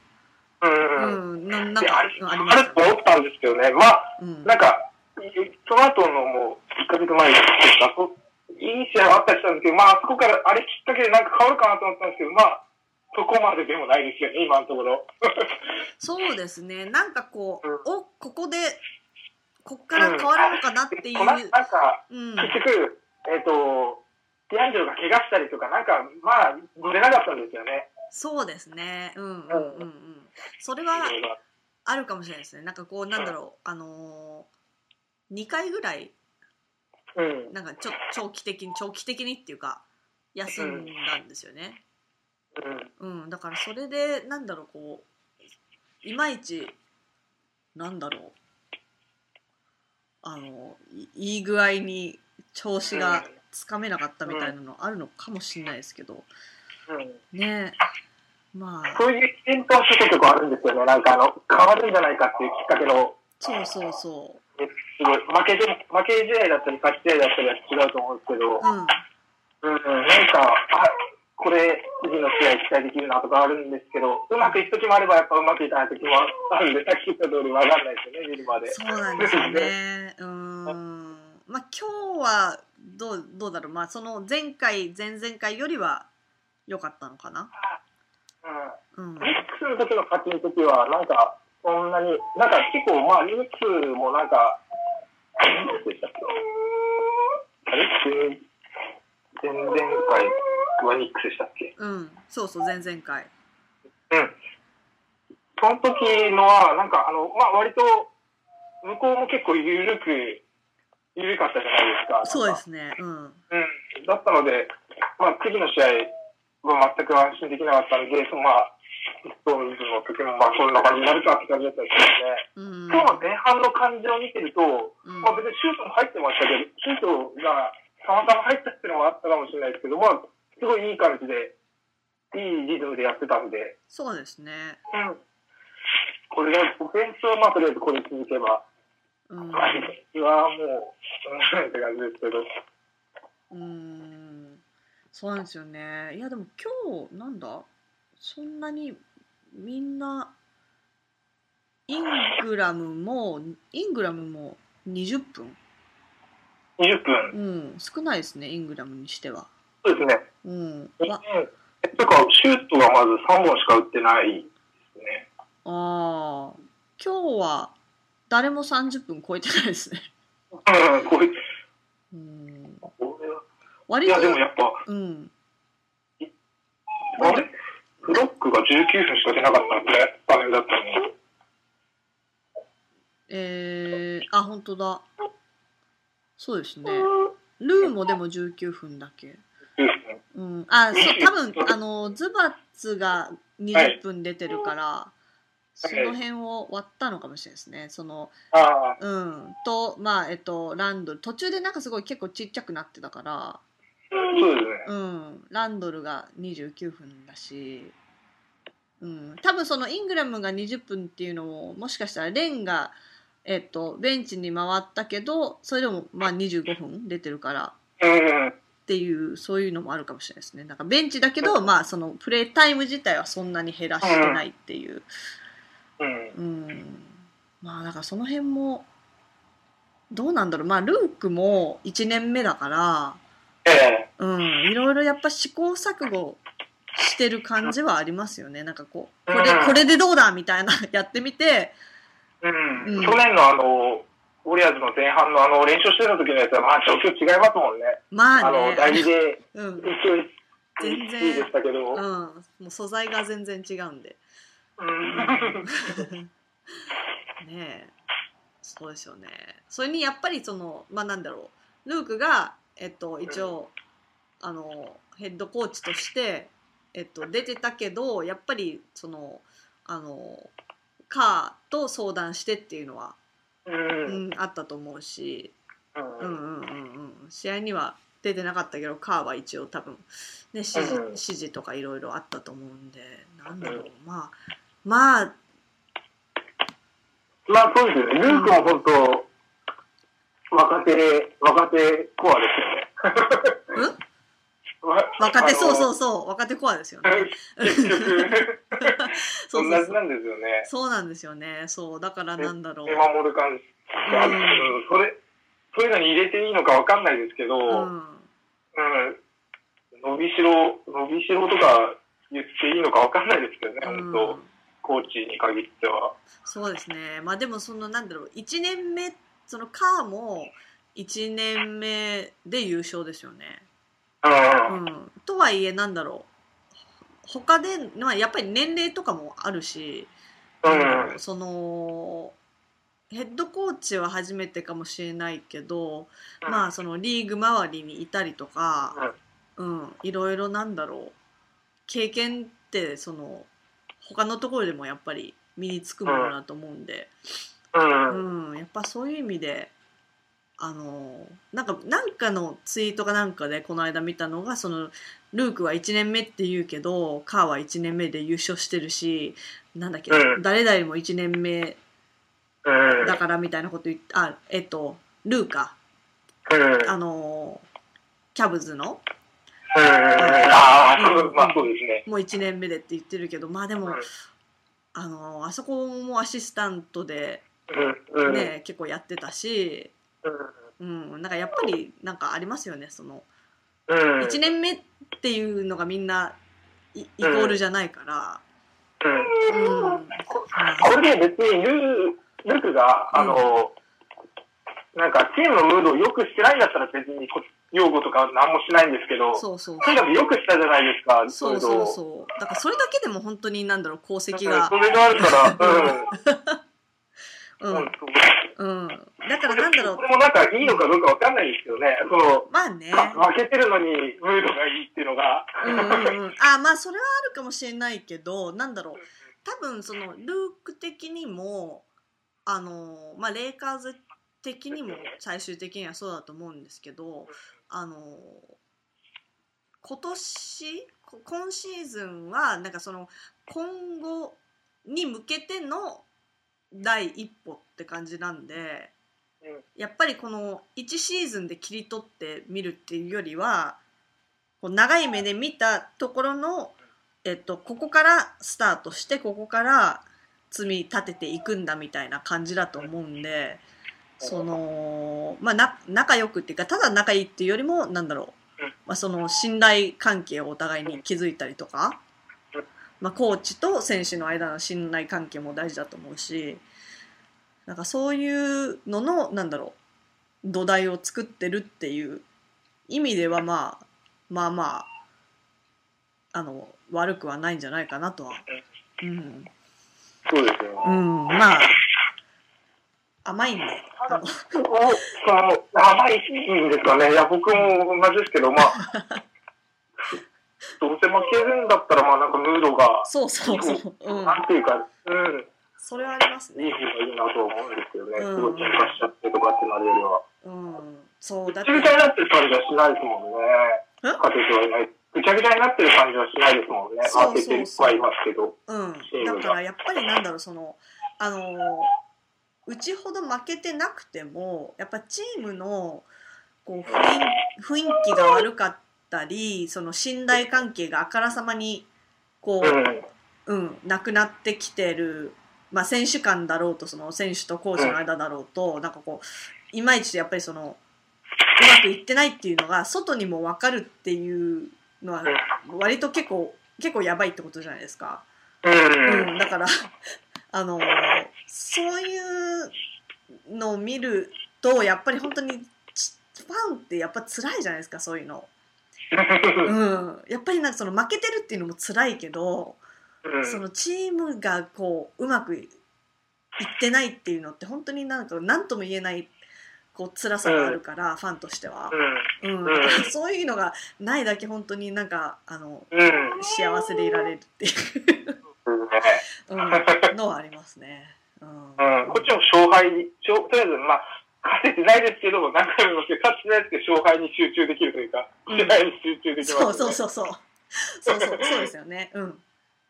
Speaker 2: うん
Speaker 1: う
Speaker 2: うんうん。
Speaker 1: ん、ななん
Speaker 2: で
Speaker 1: か
Speaker 2: あれ、
Speaker 1: うんありま
Speaker 2: あ
Speaker 1: し
Speaker 2: れと
Speaker 1: た、
Speaker 2: 思ったんですけどね。まあ、
Speaker 1: うん
Speaker 2: なんか、その後のもう、1ヶ月前ですか、こういい試合はあったりしたんですけど、まあ、あそこからあれきっかけでなんか変わるかなと思ったんですけど、まあ、そこまででもないですよね、今のところ。
Speaker 1: そうですねなんかこう、
Speaker 2: う
Speaker 1: おここでこっから変わるのかなっていう、
Speaker 2: こななんか、
Speaker 1: うん、
Speaker 2: 結局、えっ、と、ディアンジェロが怪我したりとか、なんか、まあ、ぶれなかったんですよね。
Speaker 1: そうですねうんうんうんうんそれはあるかもしれないですね。なんかこう、なんだろう、あのー、2回ぐらい、
Speaker 2: うん。
Speaker 1: なんかちょ長期的に、長期的にっていうか、休んだんですよね。
Speaker 2: うん。
Speaker 1: うん、だからそれで、なんだろう、こう、いまいち、なんだろう、あの、いいい具合に調子がつかめなかったみたいなのあるのかもしれないですけど、
Speaker 2: うん
Speaker 1: ねえ、まあ、
Speaker 2: そういう検討してたとこあるんですよね。なんかあの、変わるんじゃないかっていうきっかけの
Speaker 1: そうそうそ
Speaker 2: すごい負けでも負け試合だったり勝ち試合だったりは違うと思うんですけど、
Speaker 1: う、うん、
Speaker 2: うんうん、なんかあこれ次の試合期待できるなとかあるんですけどうまくいく時もあればやっぱうまくいかない時もあるんでさっき言った通り分かんないですよね見るまで。
Speaker 1: そうなんですよ ね。うーん。まあ今日はどうどうだろう。まあその前回前々回よりは良かったのかな。
Speaker 2: う
Speaker 1: うん
Speaker 2: ん、ミ。ックスの時の勝ちの時はなんかそんなになんか結構まあミックスもなんか何でしたっけあれ前前々回はニックスでしたっけ
Speaker 1: うん。そうそう前々回。
Speaker 2: うん。その時のは、なんか、あの、まあ、割と、向こうも結構緩く、緩かったじゃないですか。
Speaker 1: そうですね。うん。
Speaker 2: うん。だったので、まあ、次の試合は全く安心できなかったので、そのまあ、一投水の時も、まあ、そんな感じになるかって感じだったんですけどね。
Speaker 1: うん。
Speaker 2: 今日の前半の感じを見てると、
Speaker 1: うん
Speaker 2: まあ、別にシュートも入ってましたけど、シュートがたまたま入ったっていうのもあったかもしれないですけど、まあ、すごいいい感じで、いいリズムでやってたんで、
Speaker 1: そうですね。
Speaker 2: うんこれが、オフェンスはまあ、とりあえずこれ続けば、
Speaker 1: うん。
Speaker 2: うわーもう、うんって感じですけど。
Speaker 1: うん。そうなんですよね。いやでも今日なんだ。そんなにみんなイングラムもイングラムも20分。
Speaker 2: 20分。
Speaker 1: うん、少ないですね、イングラムにしては。
Speaker 2: そうですね。
Speaker 1: うん。
Speaker 2: うん
Speaker 1: わ
Speaker 2: えとか、シュートがまず3本しか打ってないですね。
Speaker 1: ああ、今日は誰も30分超えてないですね。
Speaker 2: うん、これ、
Speaker 1: うん、
Speaker 2: これは。い
Speaker 1: 割と
Speaker 2: や、、でもやっぱ、
Speaker 1: うん。
Speaker 2: あれフロックが19分しか出なかったんで、場面だったのに。
Speaker 1: えー、あ、本当だ。そうですね。ルーもでも19分だけ。
Speaker 2: 19分。
Speaker 1: うん。あ、そう、多 分、あの、ズバッツが20分出てるから、その辺を割ったのかもしれないですね。その、
Speaker 2: ああ、
Speaker 1: うん。と、まあ、えっと、ランドル。途中でなんかすごい結構ちっちゃくなってたから、
Speaker 2: そうですね。
Speaker 1: うん、ランドルが29分だし、うん、多分そのイングラムが20分っていうのももしかしたらレンが、えっとベンチに回ったけどそれでもまあ25分出てるから
Speaker 2: うん。
Speaker 1: っていうそういうのもあるかもしれないですねなんかベンチだけど、まあ、そのプレータイム自体はそんなに減らしてないっていう、
Speaker 2: うん。
Speaker 1: うん、まあだからその辺もどうなんだろうまあルークも1年目だから。
Speaker 2: ええ
Speaker 1: うん、いろいろやっぱ試行錯誤してる感じはありますよね。なんかこう、これ
Speaker 2: う、ん
Speaker 1: これでどうだみたいな やってみて、
Speaker 2: うん
Speaker 1: うん
Speaker 2: 去年のあの、ウォリアーズの前半のあの、練習してた時のやつは、まあ、状況違いますもんね。
Speaker 1: ま
Speaker 2: あ
Speaker 1: あ
Speaker 2: の、第
Speaker 1: ね、
Speaker 2: 2で、
Speaker 1: うん、
Speaker 2: 一応、いいでしたけど、
Speaker 1: うん、もう素材が全然違うんで。
Speaker 2: うん。
Speaker 1: ねえそうですよねそれにやっぱりそのまあなんだろうルークがえっと一応、あのヘッドコーチとしてえっと出てたけどやっぱりそのあのカーと相談してっていうのは、
Speaker 2: うん。
Speaker 1: う
Speaker 2: うん。
Speaker 1: ん、あったと思うし、う
Speaker 2: うんん。
Speaker 1: うんうんうん、試合には出てなかったけどカーは一応多分、ね、指示
Speaker 2: うん
Speaker 1: 指示とかいろいろあったと思うんでなんだろうまあまあ
Speaker 2: まあそうですよね。ルークは本当、若手、若手コアですよね。 わ
Speaker 1: 若手そう
Speaker 2: う。
Speaker 1: そうそう若手コアですよ ね
Speaker 2: あの結局、
Speaker 1: そ
Speaker 2: 同じ
Speaker 1: うそ
Speaker 2: な
Speaker 1: うそうん
Speaker 2: ですよね。
Speaker 1: そうなんですよねそうだからなんだろう
Speaker 2: 見守る感じ。あうんそれ、そういうのに入れていいのかわかんないですけど、
Speaker 1: う
Speaker 2: うん
Speaker 1: ん
Speaker 2: 伸びしろ、伸びしろとか言っていいのかわかんないですけどね、
Speaker 1: うん
Speaker 2: 本当コーチに限っては。
Speaker 1: そうですねまあでもそのなんだろう1年目そのカーも1年目で優勝ですよね
Speaker 2: うん
Speaker 1: う。んとはいえなんだろう他で、まあ、やっぱり年齢とかもあるし、
Speaker 2: うん。
Speaker 1: そのヘッドコーチは初めてかもしれないけど、まあそのリーグ周りにいたりとか、うんいろいろなんだろう経験ってその他のところでもやっぱり身につくものだと思うんで、
Speaker 2: うん。うん。
Speaker 1: うん、やっぱそういう意味であのなんかなんかのツイートかなんかでこの間見たのがそのルークは1年目って言うけどカーは1年目で優勝してるしなんだっけ、
Speaker 2: うん
Speaker 1: 誰々も1年目
Speaker 2: うん。
Speaker 1: だからみたいなこと言ってあえっとルーか
Speaker 2: うん。
Speaker 1: あのキャブズの
Speaker 2: うんああ、そうまあそうですね。
Speaker 1: もう1年目でって言ってるけどまあでも、
Speaker 2: うん
Speaker 1: あのあそこもアシスタントで、
Speaker 2: うん。うん。
Speaker 1: ね結構やってたし、うん、なんかやっぱりなんかありますよねその
Speaker 2: うん。
Speaker 1: 1年目っていうのがみんないイコールじゃないから。
Speaker 2: うん。
Speaker 1: うん
Speaker 2: これで別にルー、ルクが、あの、なんかチームのムードを良くしてないんだったら別にこ擁護とか何もしないんですけど、と
Speaker 1: そうそう
Speaker 2: にかく良くしたじゃないですか、
Speaker 1: そうそう
Speaker 2: う。
Speaker 1: そうだからそれだけでも本当になんだろう功績
Speaker 2: うん
Speaker 1: が
Speaker 2: そ、れがあるから、
Speaker 1: う
Speaker 2: うん。うん
Speaker 1: んうん、だからなんだろう
Speaker 2: これもなんかいいのかどうかわかんないですけどね、その、
Speaker 1: まあね
Speaker 2: か負けてるのにムードがいいっていうのが。
Speaker 1: うんうんうん、あまあそれはあるかもしれないけどなんだろう多分そのルーク的にもあの、まあ、レイカーズ的にも最終的にはそうだと思うんですけどあの今年こ今シーズンはなんかその今後に向けての第一歩って感じなんで
Speaker 2: うん
Speaker 1: やっぱりこの1シーズンで切り取ってみるっていうよりはこう長い目で見たところの、えっと、ここからスタートしてここから積み立てていくんだみたいな感じだと思うんでそのまあな仲良くっていうかただ仲いいっていうよりもなんだろう
Speaker 2: うん、
Speaker 1: まあ、その信頼関係をお互いに築いたりとか
Speaker 2: うん、
Speaker 1: まあ、コーチと選手の間の信頼関係も大事だと思うしなんかそういうののなんだろう土台を作ってるっていう意味ではまあまあまああの悪くはないんじゃないかなとは、うん、
Speaker 2: そうですよね。
Speaker 1: うん、まあ、甘いんで。あの
Speaker 2: その、甘いんですかね。いや、僕も同じですけど、まあ、どうせ負けるんだったら、まあ、なんかムードが、
Speaker 1: そうそうそう。うん。
Speaker 2: なんていうか、うん、
Speaker 1: それはあります
Speaker 2: いい
Speaker 1: ね。
Speaker 2: 方がいいなとは思うんですけどね。
Speaker 1: うん
Speaker 2: すごい喧嘩しちゃってとかってなるよりは。
Speaker 1: うん。そう、だって、
Speaker 2: ぐちゃぐちゃになってる感じはしないですもんね。
Speaker 1: え
Speaker 2: 勝ててはいない。ぐちゃぐちゃになってる感じはしないですもんね。
Speaker 1: そう
Speaker 2: 負けてはいますけど。
Speaker 1: うん。だからやっぱりなんだろう、その、あのー、うちほど負けてなくても、やっぱチームの、こう、雰囲雰囲気が悪かったり、その信頼関係があからさまに、こ
Speaker 2: うん。
Speaker 1: う、うん、なくなってきてる、まあ、選手間だろうとその選手とコーチの間だろうと、なんかこういまいちやっぱりそのうまくいってないっていうのが外にも分かるっていうのは割と結構結構やばいってことじゃないですか。
Speaker 2: うん。
Speaker 1: うん、だから あのそういうのを見るとやっぱり本当にちファンってやっぱ辛いじゃないですかそういうの。うん、やっぱりなんかその負けてるっていうのも辛いけど。
Speaker 2: うん。
Speaker 1: そのチームがこううまくいってないっていうのって本当になんか何とも言えないこう辛さがあるから、ファンとしては、うん
Speaker 2: うん
Speaker 1: そういうのがないだけ本当になんかあの
Speaker 2: うん。うん。
Speaker 1: 幸せでいられるっていう、
Speaker 2: うん
Speaker 1: うん、のはありますね。うん
Speaker 2: うん、こっちも勝敗に、勝とりあえず、まあ、勝ててないですけど、何回も言いますけど、勝ってないですけど、勝敗に集中できるというか、
Speaker 1: うん
Speaker 2: 試合に集中でき
Speaker 1: そ
Speaker 2: ま
Speaker 1: う
Speaker 2: す、
Speaker 1: そうそうそう。そうそう、そうですよね。うん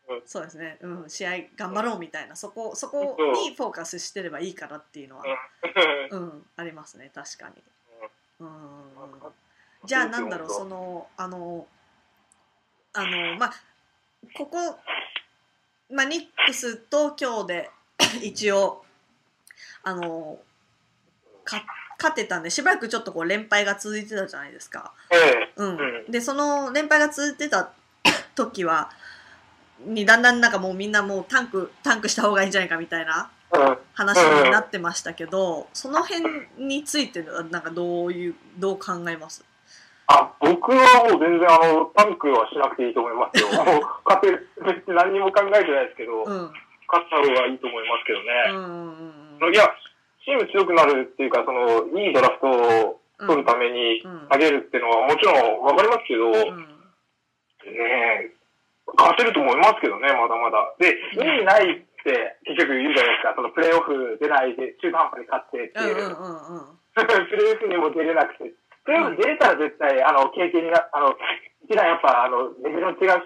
Speaker 2: うん。
Speaker 1: そうですね。うん、試合頑張ろうみたいな、そこ、そこにフォーカスしてればいいからっていうのは。
Speaker 2: う
Speaker 1: うん、ありますね、確かに。うん。じゃあ、なんだろう、その、あの。あの、まあ。ここ。まあ、ニックスと今日で、 一応。あの。か、勝てたんで、しばらくちょっとこう連敗が続いてたじゃないですか。
Speaker 2: ええ
Speaker 1: うん
Speaker 2: う
Speaker 1: でその連敗が続いてた 時はにだんだんなんかもうみんなもうタンクタンクした方がいいんじゃないかみたいな
Speaker 2: うん
Speaker 1: 話になってましたけどその辺についてはなんかどういうどう考えます
Speaker 2: あ僕はもう全然あのタンクはしなくていいと思いますよ。もう勝て別に何にも考えてないですけど、
Speaker 1: う
Speaker 2: 勝
Speaker 1: ん
Speaker 2: った方がいいと思いますけど
Speaker 1: う
Speaker 2: ね。
Speaker 1: んう
Speaker 2: い
Speaker 1: ん
Speaker 2: や、チーム強くなるっていうか、そのいいドラフトを
Speaker 1: うん
Speaker 2: 取るために
Speaker 1: うん
Speaker 2: 投げるっていうのはもちろんわかりますけど、
Speaker 1: うん
Speaker 2: ねえ、勝てると思いますけどね、まだまだ。で、意味ないって結局言うじゃないですか、そのプレーオフ出ないで、中途半端に勝ってって
Speaker 1: うん
Speaker 2: いうう、
Speaker 1: んうんうん
Speaker 2: プレーオフにも出れなくて、プレーオフ出れたら絶対、あの、経験にな、あの、一段やっぱ、あの、レベルの違う試合す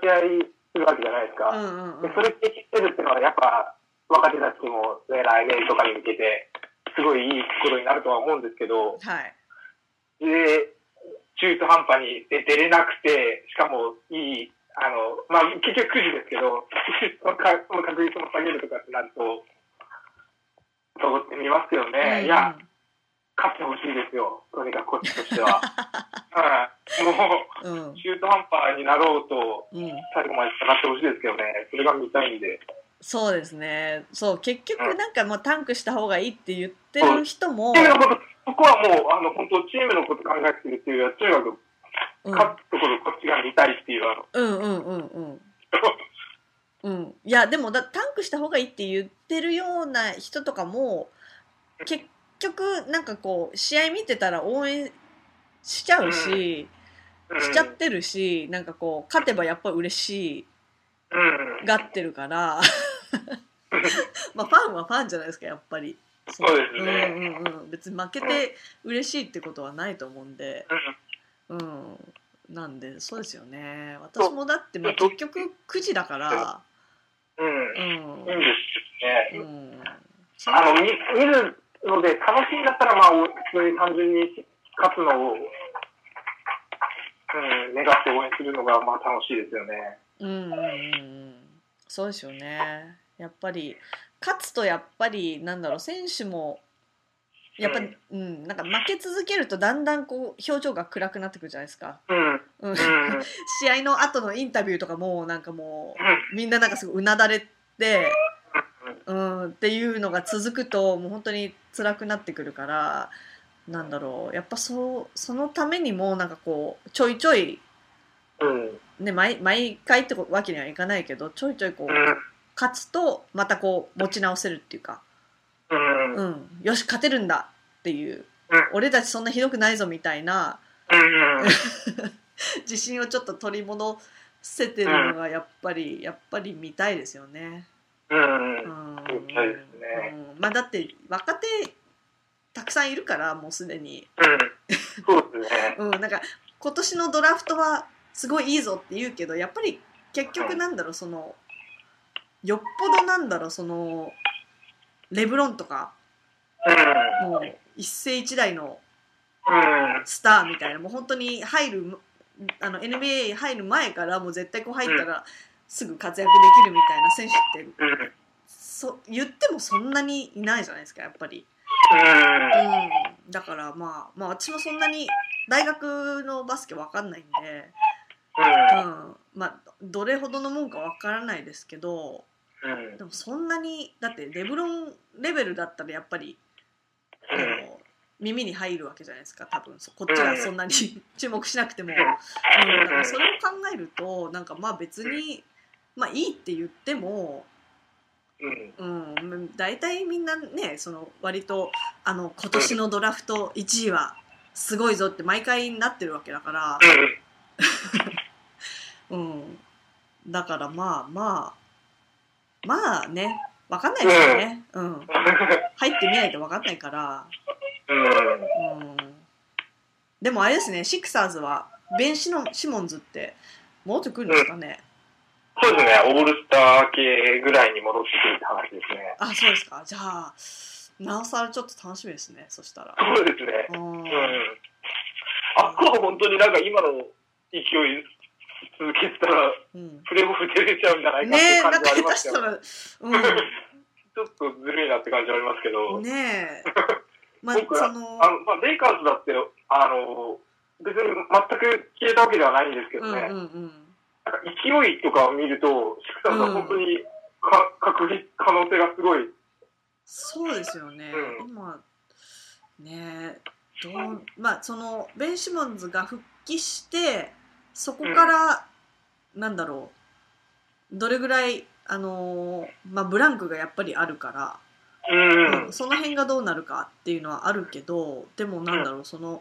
Speaker 2: るわけじゃないです
Speaker 1: う
Speaker 2: か。
Speaker 1: んうんう
Speaker 2: で
Speaker 1: ん
Speaker 2: それ経験してるっていうのは、やっぱ、若手たちも、ね、来年とかに向けて、すごいいいことになるとは思うんですけど、
Speaker 1: はい
Speaker 2: で、中途半端に出れなくて、しかもいい、あの、まあ、結局9時ですけど、か確率も下げるとかってなると、そうって見ますよね。いや、勝ってほしいですよ。とにかくこっちとして は。うん、も
Speaker 1: うんうん
Speaker 2: う、中途半端になろうと、
Speaker 1: うん
Speaker 2: 最後まで戦ってほしいですけどね。それが見たいんで。
Speaker 1: そうですねそう結局なんかもうタンクした方がいいって言ってる人も
Speaker 2: チームのこと、そこはもう、あの、本当チームのこと考えてるっていうよりは、中学、
Speaker 1: うん
Speaker 2: 勝つところこっちが見たいっていう、あの、
Speaker 1: うんうんうんうんうん、いやでもだタンクした方がいいって言ってるような人とかも結局なんかこう試合見てたら応援しちゃうし、
Speaker 2: うん
Speaker 1: しちゃってるしなんかこう勝てばやっぱ嬉し
Speaker 2: うん。
Speaker 1: いがってるから まあファンはファンじゃないですかやっぱりそ
Speaker 2: そうですね
Speaker 1: うんうんうん、別に負けて嬉しいってことはないと思うんで、うん、なんでそうですよね私もだってまあ結局9時だから。
Speaker 2: うん。
Speaker 1: う
Speaker 2: い
Speaker 1: ん
Speaker 2: いんです
Speaker 1: う
Speaker 2: よね。
Speaker 1: ん
Speaker 2: あの、見見るので、楽しいんだったら、まあ、普通に単純に勝つのを、うん、願って応援するのが、まあ、楽しいですよね。
Speaker 1: うんうんうんうんそうですよねやっぱり勝つとやっぱりなんだろう選手もやっぱり、うん、なんか負け続けるとだんだんこう表情が暗くなってくるじゃないですか、
Speaker 2: うん。
Speaker 1: うん、
Speaker 2: うん。うん。
Speaker 1: 試合の後のインタビューとかもなんかもうみんななんかすごいうなだれて、うん、っていうのが続くともう本当に辛くなってくるからなんだろうやっぱそうそのためにもなんかこうちょいちょい
Speaker 2: うん。
Speaker 1: ね、毎毎回ってわけにはいかないけどちょいちょいこ
Speaker 2: う。
Speaker 1: うん勝つとまたこう持ち直せるっていうか、
Speaker 2: うん。う。
Speaker 1: うんん、よし勝てるんだっていう、
Speaker 2: うん
Speaker 1: 俺たちそんなひどくないぞみたいな
Speaker 2: うん。
Speaker 1: 自信をちょっと取り戻せてるのがやっぱり、やっぱり見たいですよね。
Speaker 2: うん。
Speaker 1: うん
Speaker 2: 見たいですね
Speaker 1: うんまあ、だって若手たくさんいるからもうすでに、
Speaker 2: そうですね。
Speaker 1: うん、なんか今年のドラフトはすごいいいぞって言うけどやっぱり結局なんだろうそのよっぽどなんだろうそのレブロンとか
Speaker 2: うん。
Speaker 1: もう一世一代の
Speaker 2: うん。
Speaker 1: スターみたいなもう本当に入るあの NBA 入る前からもう絶対こう入ったらすぐ活躍できるみたいな選手って
Speaker 2: うん。
Speaker 1: そ言ってもそんなにいないじゃないですかやっぱり。
Speaker 2: うん。
Speaker 1: うん、だからまあまあ私もそんなに大学のバスケわかんないんで。うん、まあどれほどのもんかわからないですけど
Speaker 2: うん。
Speaker 1: でもそんなにだってレブロンレベルだったらやっぱりあの耳に入るわけじゃないですか多分そこっちがそんな に注目しなくても、うん、だからそれを考えるとなんかまあ別にまあいいって言っても、
Speaker 2: うん。
Speaker 1: うん、大体みんなねその割とあの今年のドラフト1位はすごいぞって毎回なってるわけだから、
Speaker 2: うん。
Speaker 1: うん、だからまあまあまあね分かんないですよね、うん、入ってみないと分かんないから、
Speaker 2: うん。
Speaker 1: うん、でもあれですねシクサーズはベンシのシモンズって戻ってくるんですかね、
Speaker 2: そうですね、オールスター系ぐらいに戻ってくるって話ですね。
Speaker 1: あそうですかじゃあなおさらちょっと楽しみですねそしたら。
Speaker 2: そうですね。
Speaker 1: うん
Speaker 2: うん。あっこは本当になんか今の勢い続けてたら、
Speaker 1: うん
Speaker 2: プレーオフ出れちゃうんじゃないか
Speaker 1: ね
Speaker 2: ってい
Speaker 1: え
Speaker 2: う
Speaker 1: な
Speaker 2: 感
Speaker 1: ん
Speaker 2: じ
Speaker 1: か
Speaker 2: はあり
Speaker 1: 下
Speaker 2: ま
Speaker 1: 手
Speaker 2: す
Speaker 1: し
Speaker 2: け
Speaker 1: た
Speaker 2: ど、
Speaker 1: ら、う
Speaker 2: ちょっとずるいなって感じはありますけど、
Speaker 1: ん、 ねえまあ
Speaker 2: 僕は
Speaker 1: その
Speaker 2: あのまあ、レイカーズだって、あの、別に全く消えたわけではないんですけ
Speaker 1: う
Speaker 2: ど
Speaker 1: んう
Speaker 2: ね、
Speaker 1: んうん
Speaker 2: なんか勢いとかを見ると、シクサーズは本当にか、確率、可能性がすごい、
Speaker 1: そうですよね、
Speaker 2: うん
Speaker 1: 今ねえどうまあそのベン・シモンズが復帰してそこから、なんだろうどれぐらいあのーまあブランクがやっぱりあるから
Speaker 2: うん、
Speaker 1: その辺がどうなるかっていうのはあるけどでもなんだろうその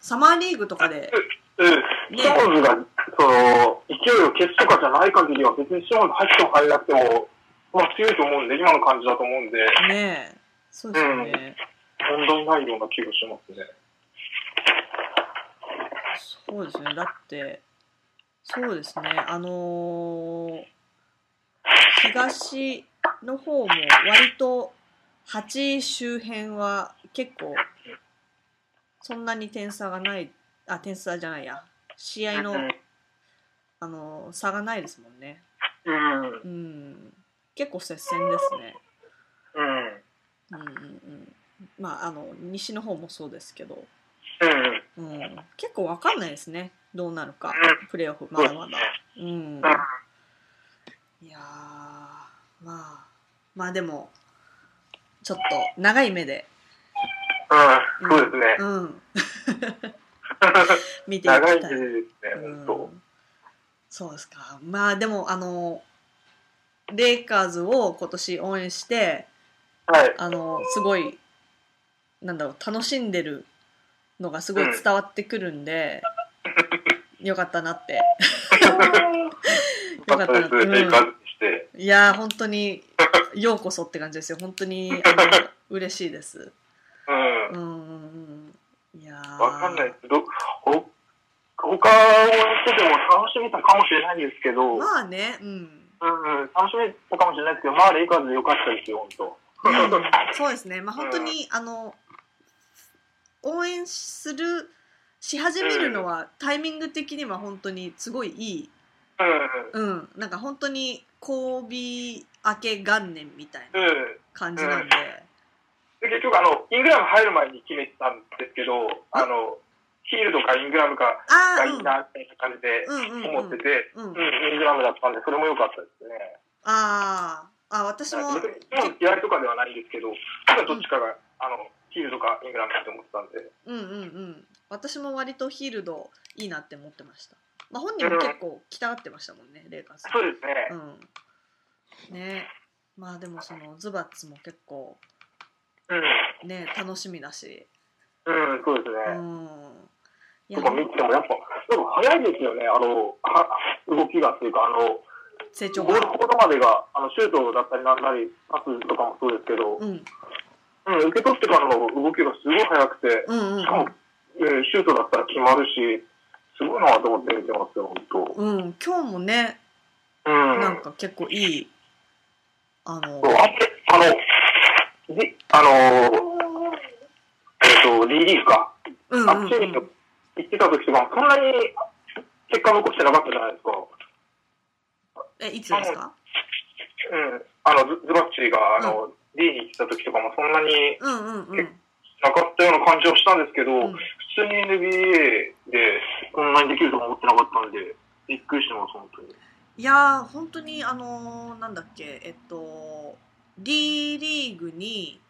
Speaker 1: サマーリーグとかで
Speaker 2: うん、
Speaker 1: ね
Speaker 2: ショーンズがその勢いを消すとかじゃない限りは、別にショーンズ入っても入らなくても、まあ、強いと思うんで、今の感じだと思うんで、
Speaker 1: ねえそうですよね、
Speaker 2: 問題ないような気がしますね。
Speaker 1: そうですねだってそうですねあのー東の方も割と8周辺は結構そんなに点差がないあ点差じゃないや試合の、あのー差がないですもんね
Speaker 2: うん、うん、
Speaker 1: うん結構接戦ですね
Speaker 2: うん、
Speaker 1: うんうんうんまああの西の方もそうですけど、
Speaker 2: うん、
Speaker 1: うん、結構わかんないですねどうなるかプレーオフま
Speaker 2: そうで
Speaker 1: だ
Speaker 2: す
Speaker 1: まだ
Speaker 2: ね。
Speaker 1: うんいやーまあまあでもちょっと長い目で、
Speaker 2: うん、そうですね。
Speaker 1: うん、 見ていき
Speaker 2: 長
Speaker 1: た
Speaker 2: い
Speaker 1: い
Speaker 2: んですね、本当。
Speaker 1: うん、そうですかまあでもあのレイカーズを今年応援して
Speaker 2: はい。
Speaker 1: あのすごいなんだろう楽しんでるのがすごい伝わってくるんで、よかったな って
Speaker 2: よ
Speaker 1: よ
Speaker 2: か
Speaker 1: か
Speaker 2: っ
Speaker 1: ったた
Speaker 2: で
Speaker 1: な
Speaker 2: す、レイカーズにして。
Speaker 1: いやー本当にようこそって感じですよ本 当にあの嬉しいです
Speaker 2: うん
Speaker 1: う。んうんうんいやー
Speaker 2: わかんないけど、ほ他をやってても楽しめたかもしれないですけど、
Speaker 1: まあねうん、
Speaker 2: うんうん、楽しめたかもしれないですけど、まあ、レイカーズでよかったですよ、本当。
Speaker 1: うんそうですねまあ本当にあの応援するし始めるのはタイミング的には本当にすごいいい
Speaker 2: うん、
Speaker 1: うんなんか本当に交尾明け元年みたいな
Speaker 2: うん。
Speaker 1: 感じなんで、
Speaker 2: で、結局、あの、イングラム入る前に決めてたんですけど、あの、ヒールドかイングラムか
Speaker 1: あ
Speaker 2: が
Speaker 1: あ
Speaker 2: いいな、みたいな感じで
Speaker 1: うんうんうん
Speaker 2: 思ってて、
Speaker 1: うん、うん
Speaker 2: うん、イングラムだったんで、それも良かったですね。
Speaker 1: あーあ私も
Speaker 2: 別に、もう嫌いとかではないんですけど、ただどっちかが、あの、ヒールドかイングラムって思ってたんで、
Speaker 1: うんうんうん私も割とヒールドいいなって思ってました、まあ、本人も結構来たがってましたもんねレイカーズ
Speaker 2: そうですね。
Speaker 1: うんねまあでもそのズバッツも結構
Speaker 2: う
Speaker 1: ね楽しみだし
Speaker 2: ん、うん、そうですね。
Speaker 1: うんい
Speaker 2: と
Speaker 1: や
Speaker 2: か見てもやっぱ、でも早いですよね、あの、は動きがっていうか、あの、
Speaker 1: 成長
Speaker 2: ゴール
Speaker 1: が
Speaker 2: コートまでが、あの、シュートだったりなんなり、パスとかもそうですけど、
Speaker 1: うん
Speaker 2: うん、受け取ってからの動きがすごい早くて、
Speaker 1: うんうん
Speaker 2: しかも、えーシュートだったら決まるし、すごいなと思って見てますよ、本
Speaker 1: うん、うん、今日もね
Speaker 2: 当。うん。
Speaker 1: なんか結構いいあの
Speaker 2: そう、あとあの、で、あのえっ、と、リリーフか。
Speaker 1: うんう
Speaker 2: あ
Speaker 1: ん
Speaker 2: っち
Speaker 1: う
Speaker 2: に
Speaker 1: ん
Speaker 2: 行ってた時とか、そんなに結果残してなかったじゃないですか。
Speaker 1: えいつですか
Speaker 2: うん、あのズズバッチーがあの、D に行ってた時とかもそんなに
Speaker 1: うんうんうん
Speaker 2: なかったような感じはしたんですけど、
Speaker 1: うん
Speaker 2: 普通に NBA でこんなにできるとは思ってなかったんで、びっくりしてます、本当に。
Speaker 1: いやー本当にあのーなんだっけえっと D リーグに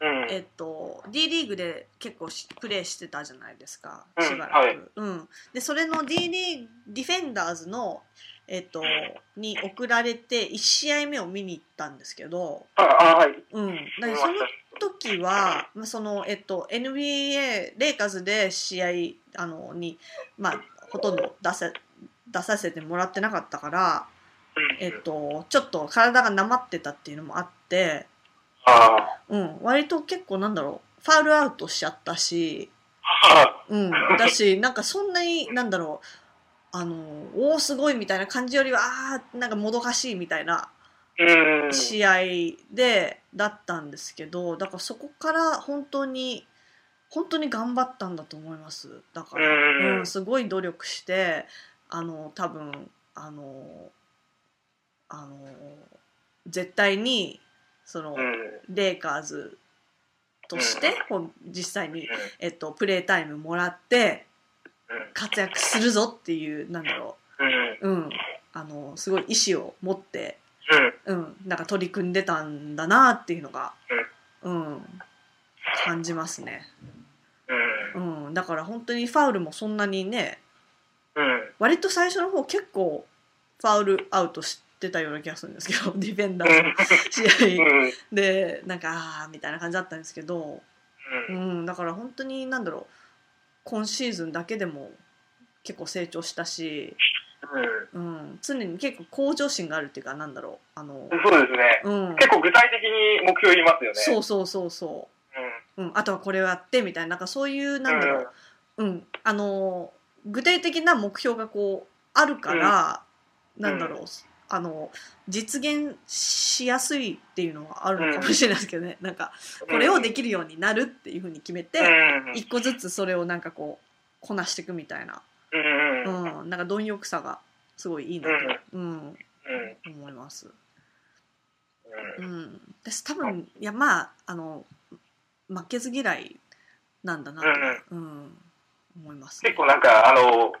Speaker 2: うん。
Speaker 1: えっと D リーグで結構しプレーしてたじゃないですか
Speaker 2: うん
Speaker 1: しばらく、
Speaker 2: はい
Speaker 1: うんでそれの D リーグディフェンダーズのえっと、に送られて1試合目を見に行ったんですけど、
Speaker 2: はい、あはい。
Speaker 1: うん、だからその時は、まあ、その、えっと、NBA レイカーズで試合あのに、まあ、ほとんど出せ出させてもらってなかったから、えっと、ちょっと体がなまってたっていうのもあって、
Speaker 2: ああ。
Speaker 1: うん、割と結構なんだろうファールアウトしちゃったし、
Speaker 2: は
Speaker 1: うん、だ しなんかそんなになんだろうあのおおすごいみたいな感じよりはあーなんかもどかしいみたいな
Speaker 2: あ。うん。
Speaker 1: 試合でだったんですけどだからそこから本当に本当に頑張ったんだと思いますだか
Speaker 2: う
Speaker 1: ら、
Speaker 2: ん
Speaker 1: うん、すごい努力してあの多分あのあの絶対にその、
Speaker 2: うん。
Speaker 1: レイカーズとして、こう実際に、えっと、プレータイムもらって活躍するぞっていうなんだろ
Speaker 2: うん。うん。
Speaker 1: う、うん、あのすごい意思を持って、
Speaker 2: うん。
Speaker 1: うん、なんか取り組んでたんだなっていうのが、うん、感じますね、
Speaker 2: う
Speaker 1: うん、だから本当にファウルもそんなにね
Speaker 2: ん。うん。
Speaker 1: 割と最初の方結構ファウルアウトしてたような気がするんですけど ディフェンダーの試合
Speaker 2: うん。
Speaker 1: でなんかあーみたいな感じだったんですけどうん、だから本当に何だろう今シーズンだけでも結構成長したし、うん、常に結構向上心があるっていうかなんだろうあの
Speaker 2: う、ん。そうですね。
Speaker 1: うん、
Speaker 2: 結構具体的に目標言いますよね。
Speaker 1: そうそうそうそ
Speaker 2: うん。
Speaker 1: う、うん、あとはこれをやってみたいななんかそういうなんだろう、うんあの具体的な目標がこうあるから、
Speaker 2: ん
Speaker 1: なんだろう、あの実現しやすいっていうのはあるのかもしれないですけどね、なんかこれをできるようになるっていうふうに決めて、
Speaker 2: うん。
Speaker 1: 一個ずつそれをなんかこうこなしていくみたいな、
Speaker 2: うん。うん。
Speaker 1: うん、なんか貪欲さがすごいいいなと、うん
Speaker 2: うん。
Speaker 1: 思います。うん、私多分いやまああの負けず嫌いなんだなと、うん、思います、
Speaker 2: 結構なんか、あの、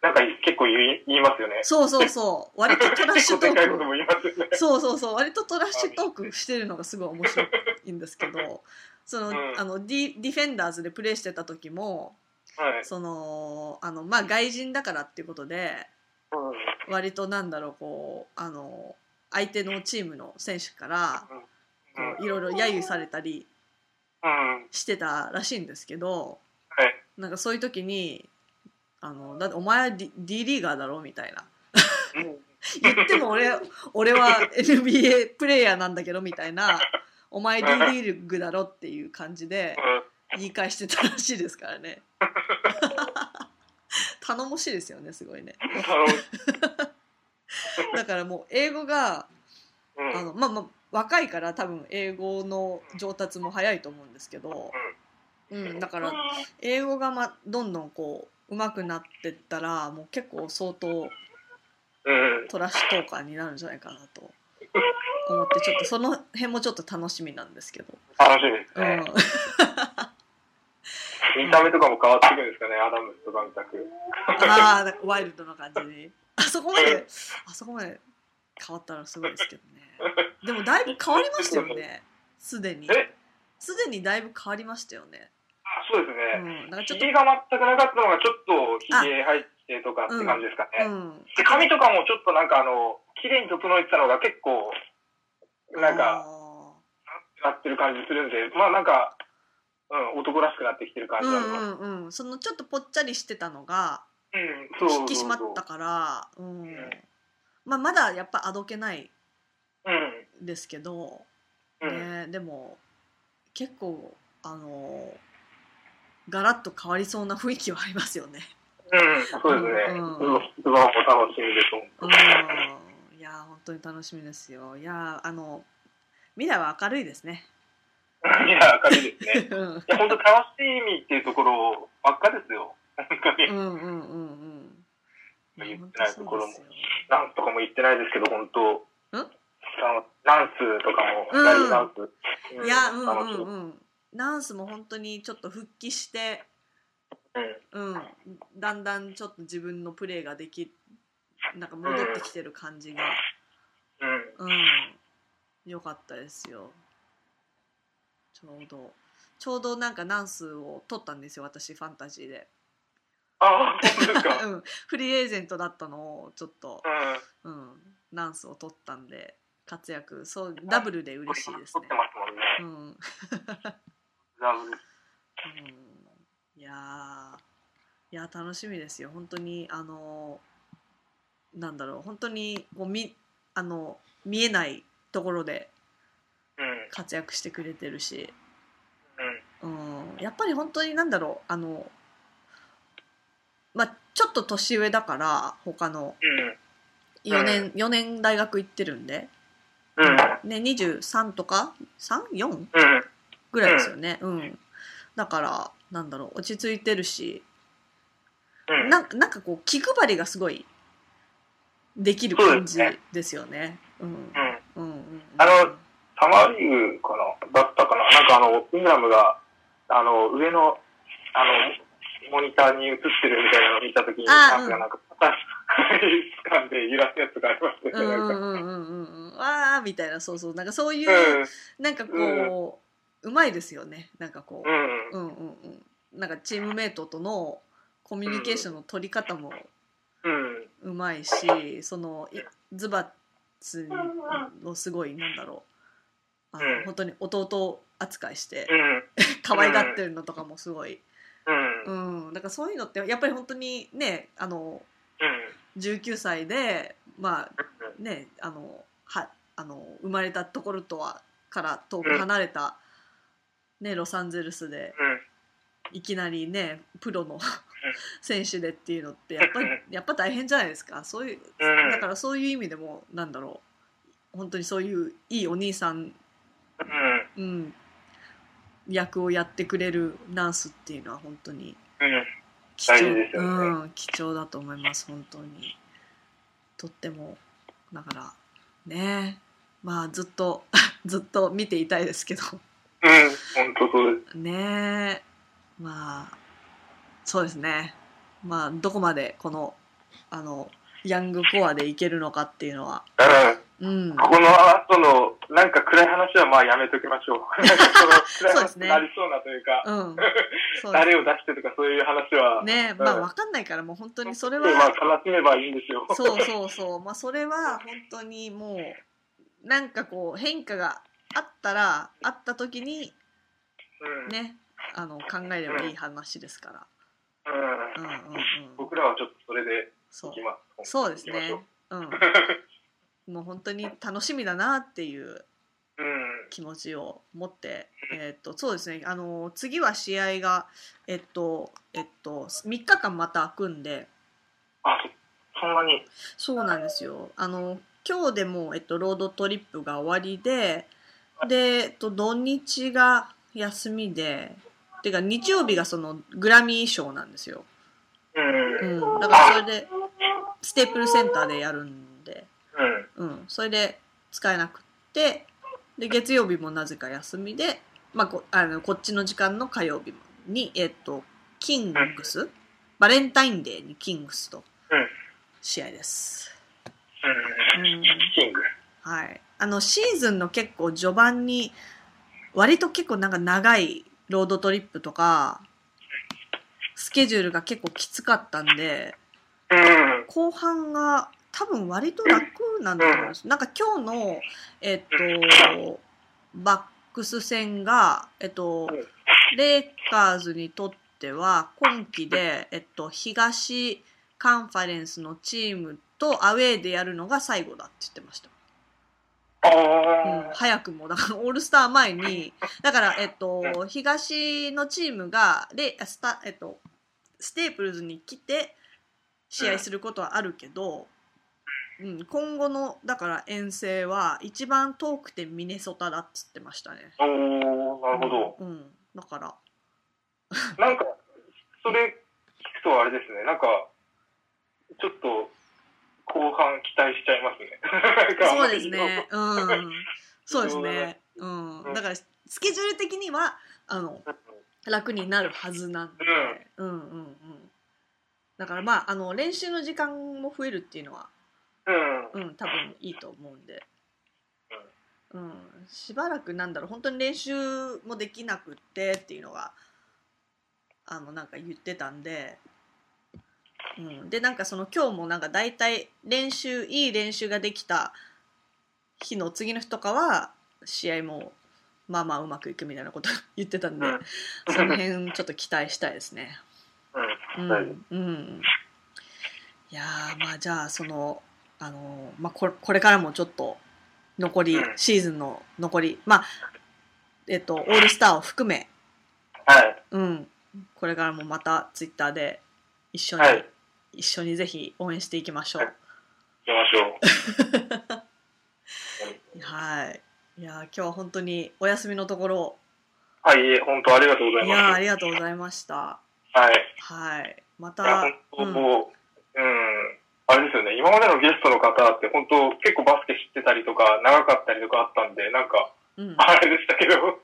Speaker 2: なんか結構言い言いますよね。
Speaker 1: そうそうそう割とトラッシュ ト
Speaker 2: 結構でかいこ
Speaker 1: ー
Speaker 2: と
Speaker 1: ク
Speaker 2: も言いますよね。
Speaker 1: そうそうそう割とトラッシュトークしてるのがすごい面白いんですけどその、
Speaker 2: うん
Speaker 1: あのディディフェンダーズでプレーしてた時も
Speaker 2: はい。
Speaker 1: そのあのまあ外人だからっていうことで
Speaker 2: うん。
Speaker 1: 割となんだろうこうあの相手のチームの選手からこういろいろ揶揄されたり
Speaker 2: うん。
Speaker 1: してたらしいんですけど
Speaker 2: はい。
Speaker 1: なんかそういう時に「あのだってお前は D, D リーガーだろ」みたいな言っても俺俺は NBA プレイヤーなんだけどみたいな「お前 D リーグだろ」っていう感じで言い返してたらしいですからね 頼もしいですよねすごいねだからもう英語が
Speaker 2: うん。うん。
Speaker 1: あのまあまあ若いから多分英語の上達も早いと思うんですけど、うん、だから英語が、ま、どんどんこう上手くなってったらもう結構相当
Speaker 2: うん。
Speaker 1: トラッシュトーカーになるんじゃないかなと思ってちょっとその辺もちょっと楽しみなんですけど、
Speaker 2: 楽しみです
Speaker 1: う
Speaker 2: ね
Speaker 1: ん。、
Speaker 2: 見た目とかも変わってくるんですかね、アダムスとかみたく。
Speaker 1: ああワイルドな感じにあそこまであそこまで変わったらすごいですけどねでもだいぶ変わりましたよねすでに
Speaker 2: え
Speaker 1: すでにだいぶ変わりましたよね、
Speaker 2: あそうです
Speaker 1: う
Speaker 2: ね。
Speaker 1: ん、なんかち
Speaker 2: ひ
Speaker 1: ょっと
Speaker 2: げが全くなかったのが、ちょっとひげ入ってとかって感じですかね。
Speaker 1: うん
Speaker 2: で髪とかもちょっとなんか、あの、綺麗に整えてたのが結構、なんか、
Speaker 1: あ
Speaker 2: なってる感じするんで、まあなんか、うん、男らしくなってきてる感
Speaker 1: ー
Speaker 2: じ
Speaker 1: う
Speaker 2: なのか。
Speaker 1: んうんうんそのちょっとぽっちゃりしてたのが
Speaker 2: うん、そうそうそう。
Speaker 1: 引き締まったからうん
Speaker 2: ん
Speaker 1: まあまだやっぱあどけない
Speaker 2: うん。
Speaker 1: ですけど
Speaker 2: うん。
Speaker 1: ねでも結構あのガラッと変わりそうな雰囲気はありますよね
Speaker 2: うん、そうですね。
Speaker 1: うん
Speaker 2: うん。一番も楽しみです。
Speaker 1: うんいやー本当に楽しみですよいやーあの未来は明るいですね
Speaker 2: いや、明るいですね。
Speaker 1: うん
Speaker 2: いや、本当楽しみっていうところばっかですよ。本当
Speaker 1: う
Speaker 2: に。
Speaker 1: んうんうんうんいや
Speaker 2: 言っ
Speaker 1: 本
Speaker 2: てない
Speaker 1: 当
Speaker 2: と
Speaker 1: そ
Speaker 2: こ
Speaker 1: う
Speaker 2: ろ
Speaker 1: で
Speaker 2: も
Speaker 1: すよ
Speaker 2: なんとかも言ってないですけど、本当。
Speaker 1: ん
Speaker 2: あのダンスとかも、
Speaker 1: うん
Speaker 2: ラリーダンス。
Speaker 1: いや、うん
Speaker 2: 楽し
Speaker 1: う
Speaker 2: み
Speaker 1: んうん。ナンスも本当にちょっと復帰して、うん、だんだんちょっと自分のプレーができ、なんか戻ってきてる感じが、
Speaker 2: うん。うん。
Speaker 1: うん、良かったですよ。ちょうど、ちょうどなんかナンスを取ったんですよ、私、ファンタジーで。
Speaker 2: ああ、本当ですか。
Speaker 1: うん、フリーエージェントだったのをちょっと、
Speaker 2: う
Speaker 1: うん、ナンスを取ったんで活躍そうダブルで
Speaker 2: ん。
Speaker 1: 嬉しいです
Speaker 2: 撮っ
Speaker 1: ね
Speaker 2: て。ますもんね。
Speaker 1: うんうん、
Speaker 2: ラブです
Speaker 1: いやーいやー楽しみですよ本当にあのーなんだろう本当にこうみあの見えないところで
Speaker 2: うん。
Speaker 1: 活躍してくれてるし、
Speaker 2: うん。
Speaker 1: うん、やっぱり本当になんだろうあのまあちょっと年上だから他の
Speaker 2: うん。
Speaker 1: 4年4年大学行ってるんで、
Speaker 2: うん。
Speaker 1: ね、23とか 34?
Speaker 2: うん。
Speaker 1: ぐらいですよね、うんだからなんだろう落ち着いてるし
Speaker 2: うん。
Speaker 1: ななんかこう気配りがすごいできる感じですよね。うん
Speaker 2: うん。
Speaker 1: うんうんうん
Speaker 2: あのサマーリーグかなだったかななんかあの、イングラムが、あの、上の、あの、モニターに映ってるみたいなのを見たときに、
Speaker 1: あ
Speaker 2: なん
Speaker 1: うん
Speaker 2: か、なんか、パタッ掴んで揺らすやつがありました
Speaker 1: う
Speaker 2: よ
Speaker 1: ん
Speaker 2: ね。なんか
Speaker 1: うんうんうんうんわーみたいなそうそうなんかそういうう、
Speaker 2: ん。
Speaker 1: なんかこううまいですよねなんかこう、
Speaker 2: うん。
Speaker 1: うんうんうんなんかチームメイトとのコミュニケーションの取り方も
Speaker 2: うん。
Speaker 1: うまいしそのいズバッツのすごいなんだろうあの、
Speaker 2: うん
Speaker 1: 本当に弟扱いして
Speaker 2: うん。
Speaker 1: 可愛がってるのとかもすごい、
Speaker 2: うん。う。
Speaker 1: うんん、だからそういうのってやっぱり本当にねあの19歳でまあねあのはあの生まれたところとはから遠く離れた、ね、ロサンゼルスで
Speaker 2: うん。
Speaker 1: いきなりねプロの選手でっていうのってやっぱり
Speaker 2: う
Speaker 1: やっぱ大変じゃないですかそういう
Speaker 2: うん
Speaker 1: だからそういう意味でもなんだろう本当にそういういいお兄さん、
Speaker 2: うん。
Speaker 1: うん、役をやってくれるナンスっていうのは本当に
Speaker 2: うん。
Speaker 1: 貴重
Speaker 2: 大事ですよね
Speaker 1: うん、貴重だと思います本当にとってもだからねまあずっと ずっと見ていたいですけど
Speaker 2: うん。本当そうです。
Speaker 1: ねえまあそうですねまあどこまでこのあのヤングコアでいけるのかっていうのはうん
Speaker 2: うん。ここの後の、なんか暗い話はまあやめときましょう。なんかその暗い話になりそうなというか、
Speaker 1: うんそう
Speaker 2: 誰を出してとかそういう話は、
Speaker 1: ねえまあわかんないからもう本当にそれ
Speaker 2: まあ
Speaker 1: は
Speaker 2: 悲しめばいいんですよ。
Speaker 1: そうそうそうまあそれは本当にもうなんかこう変化があったらあった時に
Speaker 2: うん
Speaker 1: ねあの考えればいい話ですか
Speaker 2: う
Speaker 1: らうん
Speaker 2: ん
Speaker 1: うんうん
Speaker 2: 僕らはちょっとそれで
Speaker 1: そう
Speaker 2: 行きます。
Speaker 1: そうです
Speaker 2: 行きましょ
Speaker 1: ね
Speaker 2: う。
Speaker 1: うんもう本当に楽しみだなっていう
Speaker 2: うん。
Speaker 1: 気持ちを持って、えっとそうですねあの次は試合がえっとえっと3日間また空くんで
Speaker 2: あ、そそんなに。
Speaker 1: そうなんですよあの今日でもう、えっと、ロードトリップが終わりでで、えっと、土日が休みでてか日曜日がそのグラミー賞なんですよ、
Speaker 2: うん。
Speaker 1: う
Speaker 2: うん。
Speaker 1: ん、だからそれでステープルセンターでやるんでうん、それで使えなくってで月曜日もなぜか休みで、まあ、こあのこっちの時間の火曜日に、えっとキングスバレンタインデーにキングスと
Speaker 2: うん
Speaker 1: 試合です、
Speaker 2: う。
Speaker 1: うんん
Speaker 2: キング。
Speaker 1: はい、あのシーズンの結構序盤に割と結構なんか長いロードトリップとかスケジュールが結構きつかったんで
Speaker 2: うん。
Speaker 1: 後半が多分割と楽なんだと思います。なんか今日の、えっと、バックス戦が、えっと
Speaker 2: うん、
Speaker 1: レイカーズにとっては今季で、えっと、東カンファレンスのチームとアウェーでやるのが最後だって言ってました。
Speaker 2: あ
Speaker 1: うん、
Speaker 2: あ。
Speaker 1: 早くもだから オールスター前 にだから、えっと、東のチームがレあスタ、えっと、ステープルズに来て試合することはあるけど、うん、今後のだから遠征は一番遠くてミネソタだっつってましたね。
Speaker 2: おおなるほど。
Speaker 1: うん、うんだから
Speaker 2: なんか、それ聞くとあれですね。なんか、ちょっと、後半期待しちゃいますね。 なんか
Speaker 1: そうですね、うん、そうですね、うん
Speaker 2: う、ん
Speaker 1: だからスケジュール的にはあの楽になるはずなんで、うん、うんうんだからまああの練習の時間も増えるっていうのは、
Speaker 2: うん。
Speaker 1: うん、多分いいと思うんで、うん、しばらくなんだろう本当に練習もできなくってっていうのがあのなんか言ってたんでうん、でなんかその今日もなんか大体練習いい練習ができた日の次の日とかは試合もまあまあうまくいくみたいなこと言ってたんで、
Speaker 2: うん
Speaker 1: その辺ちょっと期待したいですね。う
Speaker 2: はい
Speaker 1: んうん、いやーまあじゃあその、あのーまあ、ここれからもちょっと残り
Speaker 2: うん
Speaker 1: シーズンの残りまあえっとオールスターを含め、
Speaker 2: はい。
Speaker 1: うん、これからもまたツイッターで一緒に、
Speaker 2: はい。
Speaker 1: 一緒にぜひ応援していきましょう。
Speaker 2: 出ましょう。
Speaker 1: はい。いやー今日は本当にお休みのところ、
Speaker 2: はい、いえ、本当ありがとうござい
Speaker 1: い
Speaker 2: ま
Speaker 1: やーあ
Speaker 2: す。
Speaker 1: りがとうございました。
Speaker 2: はい。
Speaker 1: はい。ま
Speaker 2: いや
Speaker 1: た、
Speaker 2: 本当
Speaker 1: うん
Speaker 2: もう、うん、あれですよね、今までのゲストの方って、本当、結構バスケ知ってたりとか、長かったりとかあったんで、なんか、
Speaker 1: うん。
Speaker 2: あれでしたけど、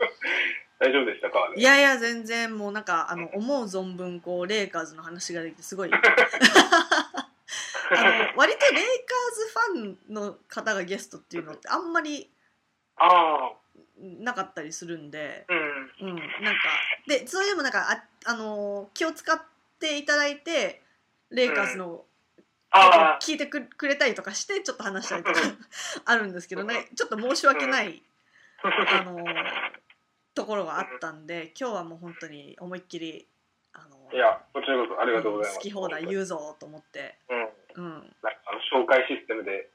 Speaker 2: 大丈夫でしたか
Speaker 1: いやいや全然もうなんかあの思う存分こうレイカーズの話ができてすごいあの割とレイカーズファンの方がゲストっていうのってあんまり
Speaker 2: ああ、
Speaker 1: なかったりするんで、
Speaker 2: うん、
Speaker 1: うん、なんかでそれでもなんかあ、あのー気を使っていただいてレイカーズの、
Speaker 2: ああ、
Speaker 1: 聞いてくくれたりとかしてちょっと話したり とかあるんですけどねちょっと申し訳ない、あのところがあったんで今日はもう本当に思いっきり、あの
Speaker 2: いや、こちらこそありがとうございます。
Speaker 1: 好き放題言うぞと思って、
Speaker 2: うん、なんか
Speaker 1: うん、
Speaker 2: あの紹介システムで、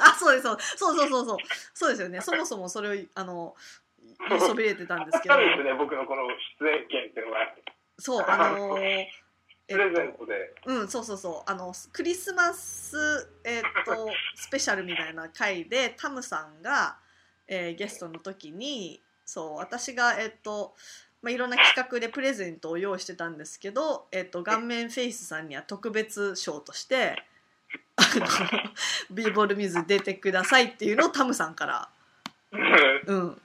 Speaker 1: あそうですそうそうそうそうそうそうですよねそもそもそれを あの言いそびれてたんですけど
Speaker 2: あるんですね、僕のこの出演権っていうのが、
Speaker 1: そうあの
Speaker 2: プレゼ
Speaker 1: えっ
Speaker 2: ン
Speaker 1: と
Speaker 2: トで、
Speaker 1: うん、そうそうそうあのクリスマス、えっとスペシャルみたいな回でタムさんが、えーゲストの時にそう私が、えっとまあ、いろんな企画でプレゼントを用意してたんですけど、えっと顔面フェイスさんには特別賞として「あのビーボールミズ出てください」っていうのをタムさんから、うん、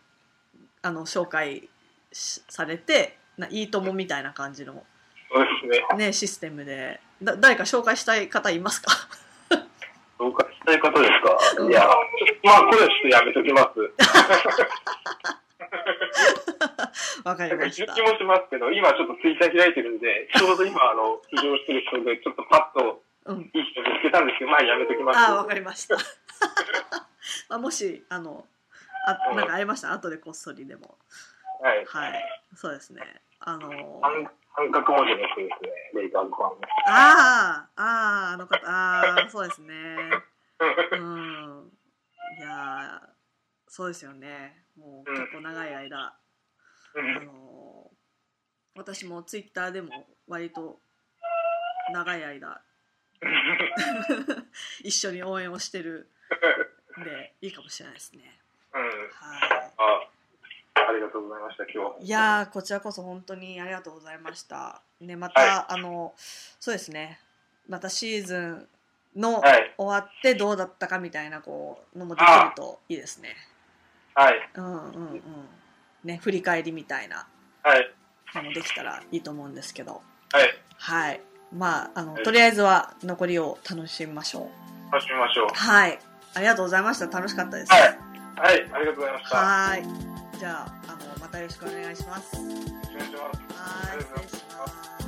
Speaker 1: あの紹介しされてないいともみたいな感じの。
Speaker 2: そうですね、
Speaker 1: ね、システムで。だ誰か紹介したい方いますか
Speaker 2: 紹介したい方ですかいや、まあ、これはちょっとやめときます。
Speaker 1: わかり
Speaker 2: なんか
Speaker 1: ま
Speaker 2: 気
Speaker 1: し
Speaker 2: も
Speaker 1: た。
Speaker 2: しますけど、今ちょっとツイッター開いてるんで、ちょうど今、あの、浮上してる人で、ちょっとパッと
Speaker 1: う
Speaker 2: い
Speaker 1: ん。
Speaker 2: い人見つけたんですけど、まあやめときます。
Speaker 1: あー、わかりました。 まあ、もし、あの、あなんかありましたら後でこっそりでも。
Speaker 2: はい。
Speaker 1: はい。そうですね。あの
Speaker 2: 半半角文字の人ですね、レイカーズファンの。
Speaker 1: ああ、ああ、あの方、ああ、そうですね。うん。いやーそうですよね。もう結構長い間。あの私もツイッターでも割と長い 間一緒に応援をしてるんでいいかもしれないですね。
Speaker 2: うん。
Speaker 1: は
Speaker 2: あ、ありがとうございました、今日。
Speaker 1: い、いやーこちらこそ本当にありがとうございました。ねまた、
Speaker 2: は
Speaker 1: あのそうですねまたシーズンの
Speaker 2: はい。
Speaker 1: 終わってどうだったかみたいなこうのもできるといいですね。
Speaker 2: はい。
Speaker 1: うんうんうん。ね振り返りみたいな
Speaker 2: はい。
Speaker 1: のもできたらいいと思うんですけど。
Speaker 2: はい。
Speaker 1: はい。まあ、あの、
Speaker 2: はい
Speaker 1: とりあえずは残りを楽しみましょ
Speaker 2: 楽しみましょう
Speaker 1: う。。はい。ありがとうございました。楽しかったです。
Speaker 2: はい。はい。ありがとうございました。は。
Speaker 1: はい。じゃあ、あの、またよろしくお願いします。はいい。失礼します。